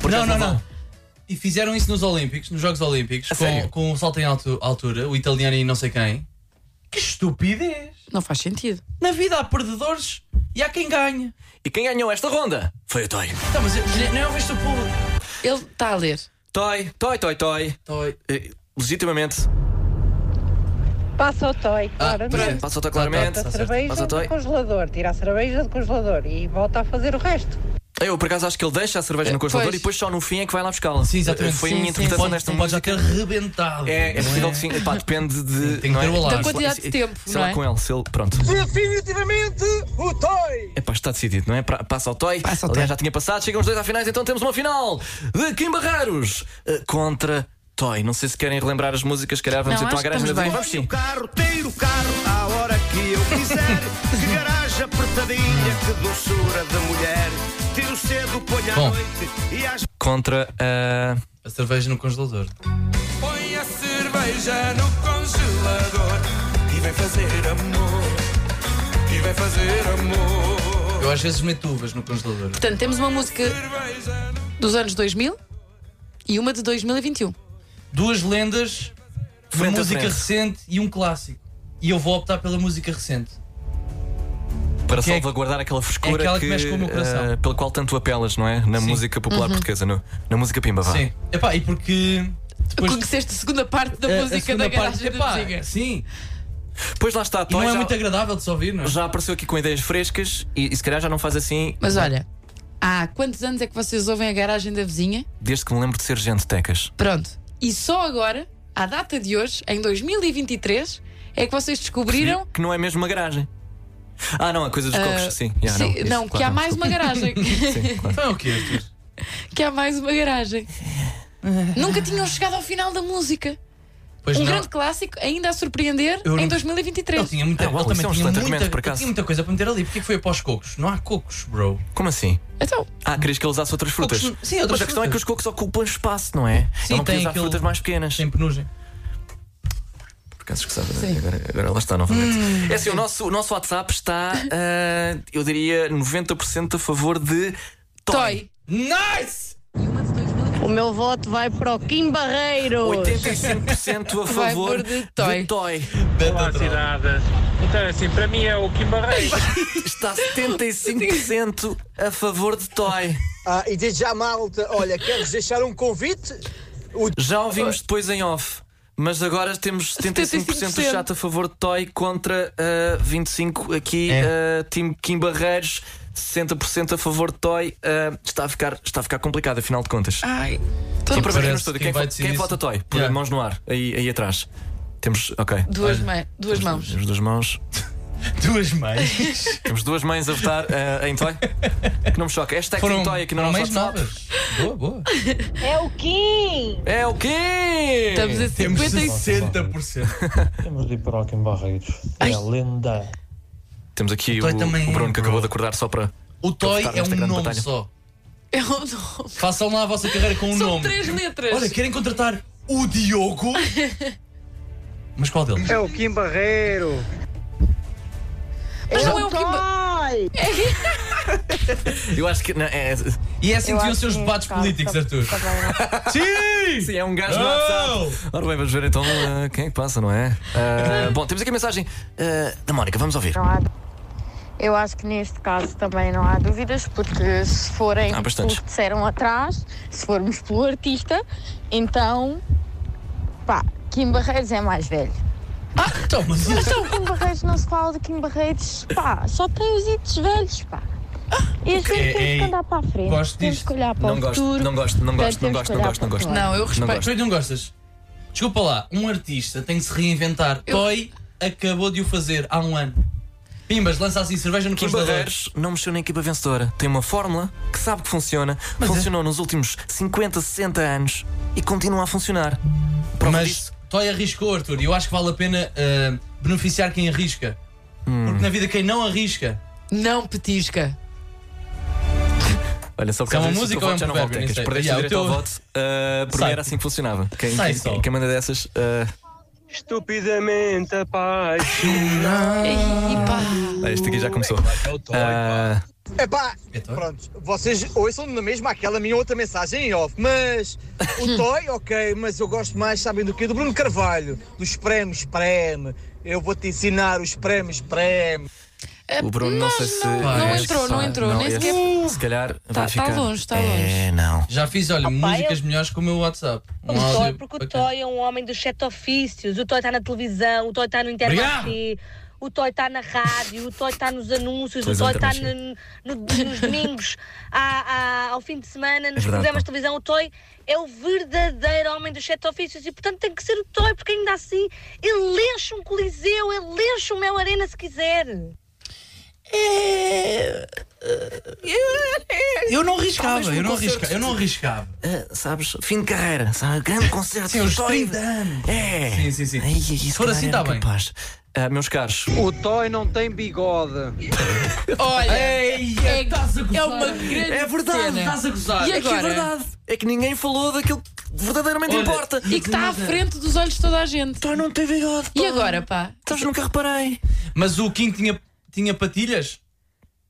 Porque
Não,
eles
não,
vão.
não. E fizeram isso nos Olímpicos, nos Jogos Olímpicos, com,
sério?
com o salto em alto- altura, o italiano e não sei quem. Que estupidez!
Não faz sentido.
Na vida há perdedores e há quem ganha.
E quem ganhou esta ronda foi o Toy.
Tá, mas eu- não é o resto do público.
Ele está a ler.
Toy, Toy, Toy, Toy.
Toy.
Eh, Legitimamente.
Passa o toy, claro.
Ah, pronto, passa o toy claramente.
Bota
Tá
a
certo.
cerveja
Passa o toy.
do congelador, tira a cerveja do congelador e volta a fazer o resto.
Eu, por acaso, acho que ele deixa a cerveja no congelador
pois.
e depois só no fim é que vai lá buscá-la.
Sim, exatamente.
Foi a
Sim,
minha
sim,
interpretação
sim,
desta
sim.
música.
Pode já ter arrebentado.
É, é possível que sim. Epá, depende de. é?
Tem que ter o alarme. Da
quantidade de tempo,
Sei
não
lá
é?
com ele, se ele. Pronto.
Definitivamente o toy!
Epá, está decidido, não é? Pra- Passa ao toy. Passa Aliás, já tinha passado. Chegam os dois à finais, então temos uma final de Kim Barreiros eh, contra Toy. Não sei se querem relembrar as músicas, se calhar vamos
Não,
então à
acho que
garagem da
estamos
Vizinha.
bem.
Vamos sim.
carro, ter o carro à hora que eu quiser. que garagem apertadinha, que doçura de mulher. Tiro cedo, ponho à
Bom.
noite e às
Contra eh, a.
A cerveja no congelador.
Põe a cerveja no congelador e vem fazer amor. E vem fazer amor.
Eu às vezes meto uvas no congelador.
Portanto, temos uma música dos anos 2000 e um. uma de 2021.
Duas lendas, uma
Frente a
música
frente.
recente e um clássico. E eu vou optar pela música recente.
Para
Que é-
salvaguardar aquela frescura
aquela que mexe com o meu coração.
eh, pelo qual tanto apelas, não é? Na música popular
Uhum.
portuguesa, no- na música pimba, vá.
Sim. Epá, e porque. Depois,
Conheceste a segunda parte da
É, A- a
música
segunda
da
parte,
garagem
epá,
da vizinha.
Sim.
Pois lá está,
E não
Toy
é
já,
muito agradável de se ouvir, não é?
já apareceu aqui com ideias frescas e, e se calhar já não faz assim.
Mas olha, há quantos anos é que vocês ouvem a garagem da vizinha?
Desde que me lembro de ser gente, Tecas.
Pronto. E só agora, à data de hoje, em 2023, é que vocês descobriram.
Que não é mesmo uma garagem. Ah, não, a coisa dos
ah,
cocos, sim. Yeah,
sim,
não, isso,
não, que
claro,
há mais uma
desculpa.
garagem.
Sim, claro.
Então é o quê, Arthur?
que há mais uma garagem. Nunca tinham chegado ao final da música.
Pois
um
não.
grande clássico, ainda a surpreender,
Eu
em
não-
2023.
Ele tinha muita,
Ah, uau,
ele também
isso é um
tinha,
excelente
muita,
argumento, por acaso.
tinha muita coisa para meter ali. Porquê que foi após cocos? Não há cocos, bro.
Como assim?
Então,
Ah, querias que ele usasse outras frutas?
Cocos- sim, outras
Mas a questão é que
frutas.
os cocos ocupam espaço, não
Sim,
é? Ele não podia
tem
usar
aquele-
frutas mais pequenas.
Tem penugem.
Por acaso que sabe, agora, agora lá está novamente. É assim, o nosso, o nosso WhatsApp está, ah, eu diria, 90% a favor de Toy.
Nice!
O meu voto vai para o Kim Barreiros.
85% a favor de Toy.
Olá,
cidade. Então, assim, para mim é o Kim Barreiros.
Está 75% a favor de Toy.
Ah, e desde já, malta, olha, queres deixar um convite?
Já ouvimos depois em off. Mas agora temos 75% do
75%.
chat a favor de Toy contra ah, 25% aqui,
É.
ah, Tim Kim Barreiros, 60% a favor de Toy. Ah, está, a ficar, está a ficar complicado, afinal de contas.
Ai,
Sim,
Parece
para ver no estúdio,
quem
quem,
vai
vo-
decidir
quem
isso.
vota Toy? Por
Yeah.
mãos no ar, aí, aí atrás. Temos, ok.
Duas, ma- duas mãos.
Temos duas mãos.
Duas mães.
Temos duas mães a votar eh, em Toy. Que não me choca. Hashtag
Foram-
Team Toy aqui no
foram
nosso
mães
WhatsApp.
Boa, boa.
É o Kim!
É o quê?
Estamos a
Temos
55.
60%.
Temos de ir para o Kim Barreiros. É a lenda.
Temos aqui
O Toy
o,
também
o Bruno
é,
que acabou de acordar só para.
O
para
Toy
votar
é
nesta
um
grande
nome
batalha.
só.
É o nome.
Façam lá a vossa carreira com um
São
nome.
três letras.
Olha, querem contratar o Diogo? Mas qual deles?
É o Kim Barreiro.
Mas não é o Kim
Kimba.
Eu acho que. não, é-
E é assim que iam ser os debates políticos, Arthur. Sim!
Sim, é um gajo
Ah!
no WhatsApp. Ora bem, vamos ver então eh, quem é que passa, não é? Eh, bom, temos aqui a mensagem eh, da Mónica, vamos ouvir.
Não há- Eu acho que neste caso também não há dúvidas, porque se forem
Há
os
bastantes.
que disseram atrás, se formos pelo artista, então pá, Kim Barreiros é mais velho.
Então, mas isso-
Então, Kim Barreiros não se fala de Kim Barreiros, pá, só tem os itos velhos, pá. E a gente
Ei,
tem
ei,
que andar para a frente.
gosto
temos
disto.
que olhar para
Não
o
gosto,
futuro.
não gosto, não
portanto, temos
gosto, não gosto,
que
não
olhar
gosto, não
para
gosto.
fora.
Não, eu respeito.
Mas não gostas? Desculpa lá, um artista tem que se reinventar. Toy acabou de o fazer há um ano. Pimbas, lança assim cerveja no
Kim
congelador.
Barreiros não mexeu na equipa vencedora. Tem uma fórmula que sabe que funciona,
é.
funcionou nos últimos 50, 60 anos e continua a funcionar. Prova
Mas
disso.
Toy arriscou, Arthur, e eu acho que vale a pena ah, beneficiar quem arrisca.
Hum.
Porque na vida quem não arrisca.
Não petisca.
Olha, só por
É
causa
uma
disso, o
música ou
teu
é
voto já
um
não vale
provérbio? Nem
tecas.
sei.
Perdeste o
Yeah, o
direito ao
teu-
voto. Uh, por mim
Sai.
era assim que funcionava. Quem,
Sai
quem-
só.
quem manda dessas. uh,
Estupidamente
Ah.
apaixonado.
é este aqui já começou. Uh,
Epá,
É
pronto, vocês ouçam na mesma aquela minha outra mensagem em off, mas o Toy, ok, mas eu gosto mais, sabem do que? Do Bruno Carvalho, do espreme, espreme, eu vou-te ensinar o espreme, espreme.
É,
o Bruno, não sei se.
não
acho
entrou,
que
não
só-
entrou, nem
esse-
sequer-
Se calhar vai
tá
ficar.
longe, tá
É, não.
Já fiz, olha, músicas
eu-
melhores com o meu WhatsApp. Um
O Toy,
áudio.
porque o Toy é um homem dos sete ofícios. O Toy está na televisão, o Toy está no internet, o Toy está na rádio, o Toy está nos anúncios, o
Televisão
Toy está
Internet,
no- no- nos domingos, à- à- ao fim de semana, nos
verdade,
programas de televisão. O Toy é o verdadeiro homem dos sete ofícios e, portanto, tem que ser o Toy, porque ainda assim ele enche um coliseu, ele enche o Mel Arena se quiser.
Eu não arriscava,
Talvez num
eu não
concerto
arriscava, eu não arriscava.
Uh, sabes, fim de carreira, sabe? Grande concerto.
Sim, aos
Toy.
30 anos.
É.
Sim, sim, sim.
Se
for assim, tá bem.
Uh,
É.
meus caros,
O Toy não tem bigode.
Olha,
Ei,
é,
estás a
é
gozar.
uma grande
É verdade,
cena.
estás a gozar.
E
É que é
agora?
verdade.
é que ninguém falou daquilo que verdadeiramente
Olha,
importa.
E que está à frente dos olhos de toda a gente.
Toy não tem bigode.
E agora, pá?
Estás nunca reparei.
Mas o Kim tinha, tinha patilhas?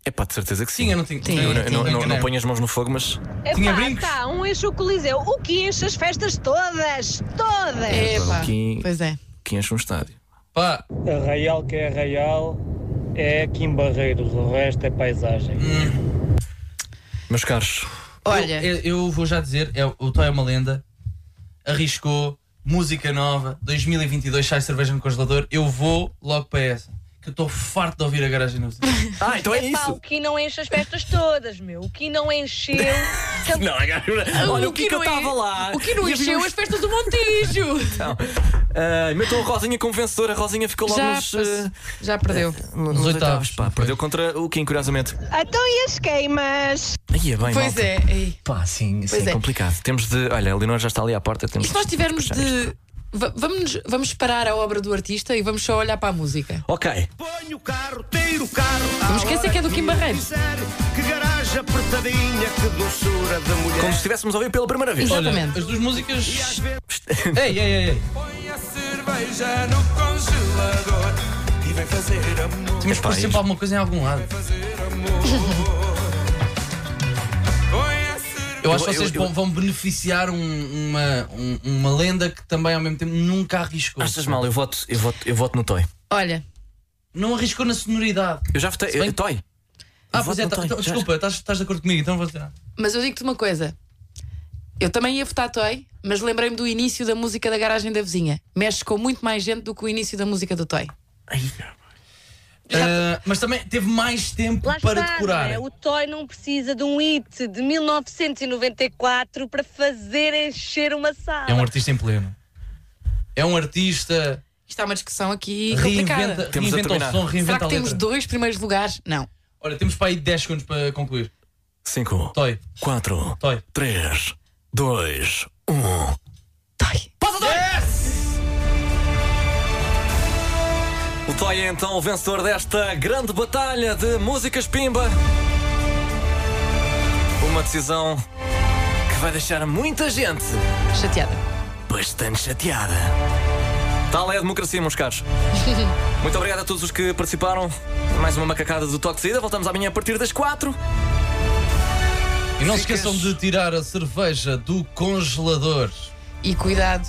É pá, de certeza que sim.
Tinha, não tinha.
Eu, não- não, não, não ponho as mãos no fogo, mas.
Tinha
Epá, tá, um enche o Coliseu. O que enche as festas todas? Todas!
Quem,
pois é.
Quem enche um estádio.
Pá.
Arraial que é arraial é Kim Barreiros, o resto é paisagem.
Meus caros,
Olha. hum. Eu, eu vou já dizer, é, o Toy é uma lenda, arriscou, música nova, 2022 sai cerveja no congelador, eu vou logo para essa. Que eu estou farto de ouvir a garagem no
Ah, então
Epá, o que não enche as festas todas, meu. O que não encheu.
Não, agora. Olha, o que,
é.
que eu estava lá.
O que não
e havia
encheu
uns-
as festas do Montijo.
Não. Ah, Meteu a Rosinha como vencedora. A Rosinha ficou logo
Já
nos. ah,
pass-
é,
Já perdeu.
Nos oitavos, pá. Perdeu contra o Kim, curiosamente.
Então e as queimas?
Aí é bem,
Pois
malta.
é. ei.
Pá, sim, isso
Pois
é,
é.
complicado. Temos de. Olha, a Leonor já está ali à porta. Temos
E se nós tivermos de. va- Vamos, vamos parar a obra do artista e vamos só olhar para a música.
Ok.
Ponho o carro, tiro o carro. à
Vamos esquecer
hora
que é do Kim
eu
Barreiros.
quiser. Que garagem apertadinha, que doçura de mulher.
Como se estivéssemos a ouvir pela primeira vez.
Olha, as duas músicas. ei, ei, ei, ei.
cerveja no congelador e vem fazer amor.
Temos que pôr sempre alguma coisa em algum lado. Eu acho que vocês vão, vão beneficiar um- uma, um- uma lenda que também ao mesmo tempo nunca arriscou.
Achas mal? Eu voto, eu voto, eu voto no Toy.
Olha.
Não arriscou na sonoridade.
Eu já votei. Eu, toy.
Ah,
Eu
pois
voto
é,
no
tá-
Toy.
então,
Já-
desculpa, estás, estás de acordo comigo, então vou dizer.
Mas eu digo-te uma coisa. Eu também ia votar Toy, mas lembrei-me do início da música da garagem da vizinha. Mexe com muito mais gente do que o início da música do Toy.
Ah, mas também teve mais tempo
Lá
para
está,
decorar.
não é? O Toy não precisa de um hit de 1994 para fazer encher uma sala.
É um artista em pleno. É um artista.
Isto é uma discussão aqui
Reinventa,
complicada.
reinventa o som, reinventa
Será que
a
temos
letra.
dois primeiros lugares? Não.
Olha, temos para aí 10 segundos para concluir.
5,
Toy.
4,
Toy.
3, 2, 1.
Passa Toy!
O Toy é então o vencedor desta grande batalha de músicas Pimba. Uma decisão que vai deixar muita gente
Chateada.
bastante chateada. Tal é a democracia, meus caros. Muito obrigado a todos os que participaram. Mais uma macacada do Toque de Saída. Voltamos amanhã a partir das 4.
E não se esqueçam de tirar a cerveja do congelador
E cuidado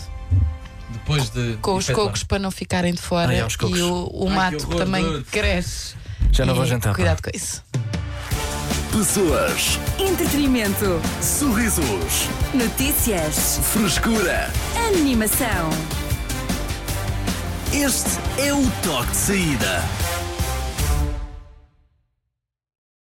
depois de.
com os
efetuar.
cocos para não ficarem de fora.
Ai, aos cocos.
E o, o
Ai,
mato
que horror,
também
Dudu.
cresce.
Já não vou
E
jantar, pá.
Cuidado com isso.
Pessoas,
um-
Entretenimento.
sorrisos,
Notícias.
frescura.
Animação.
Este é o toque de saída.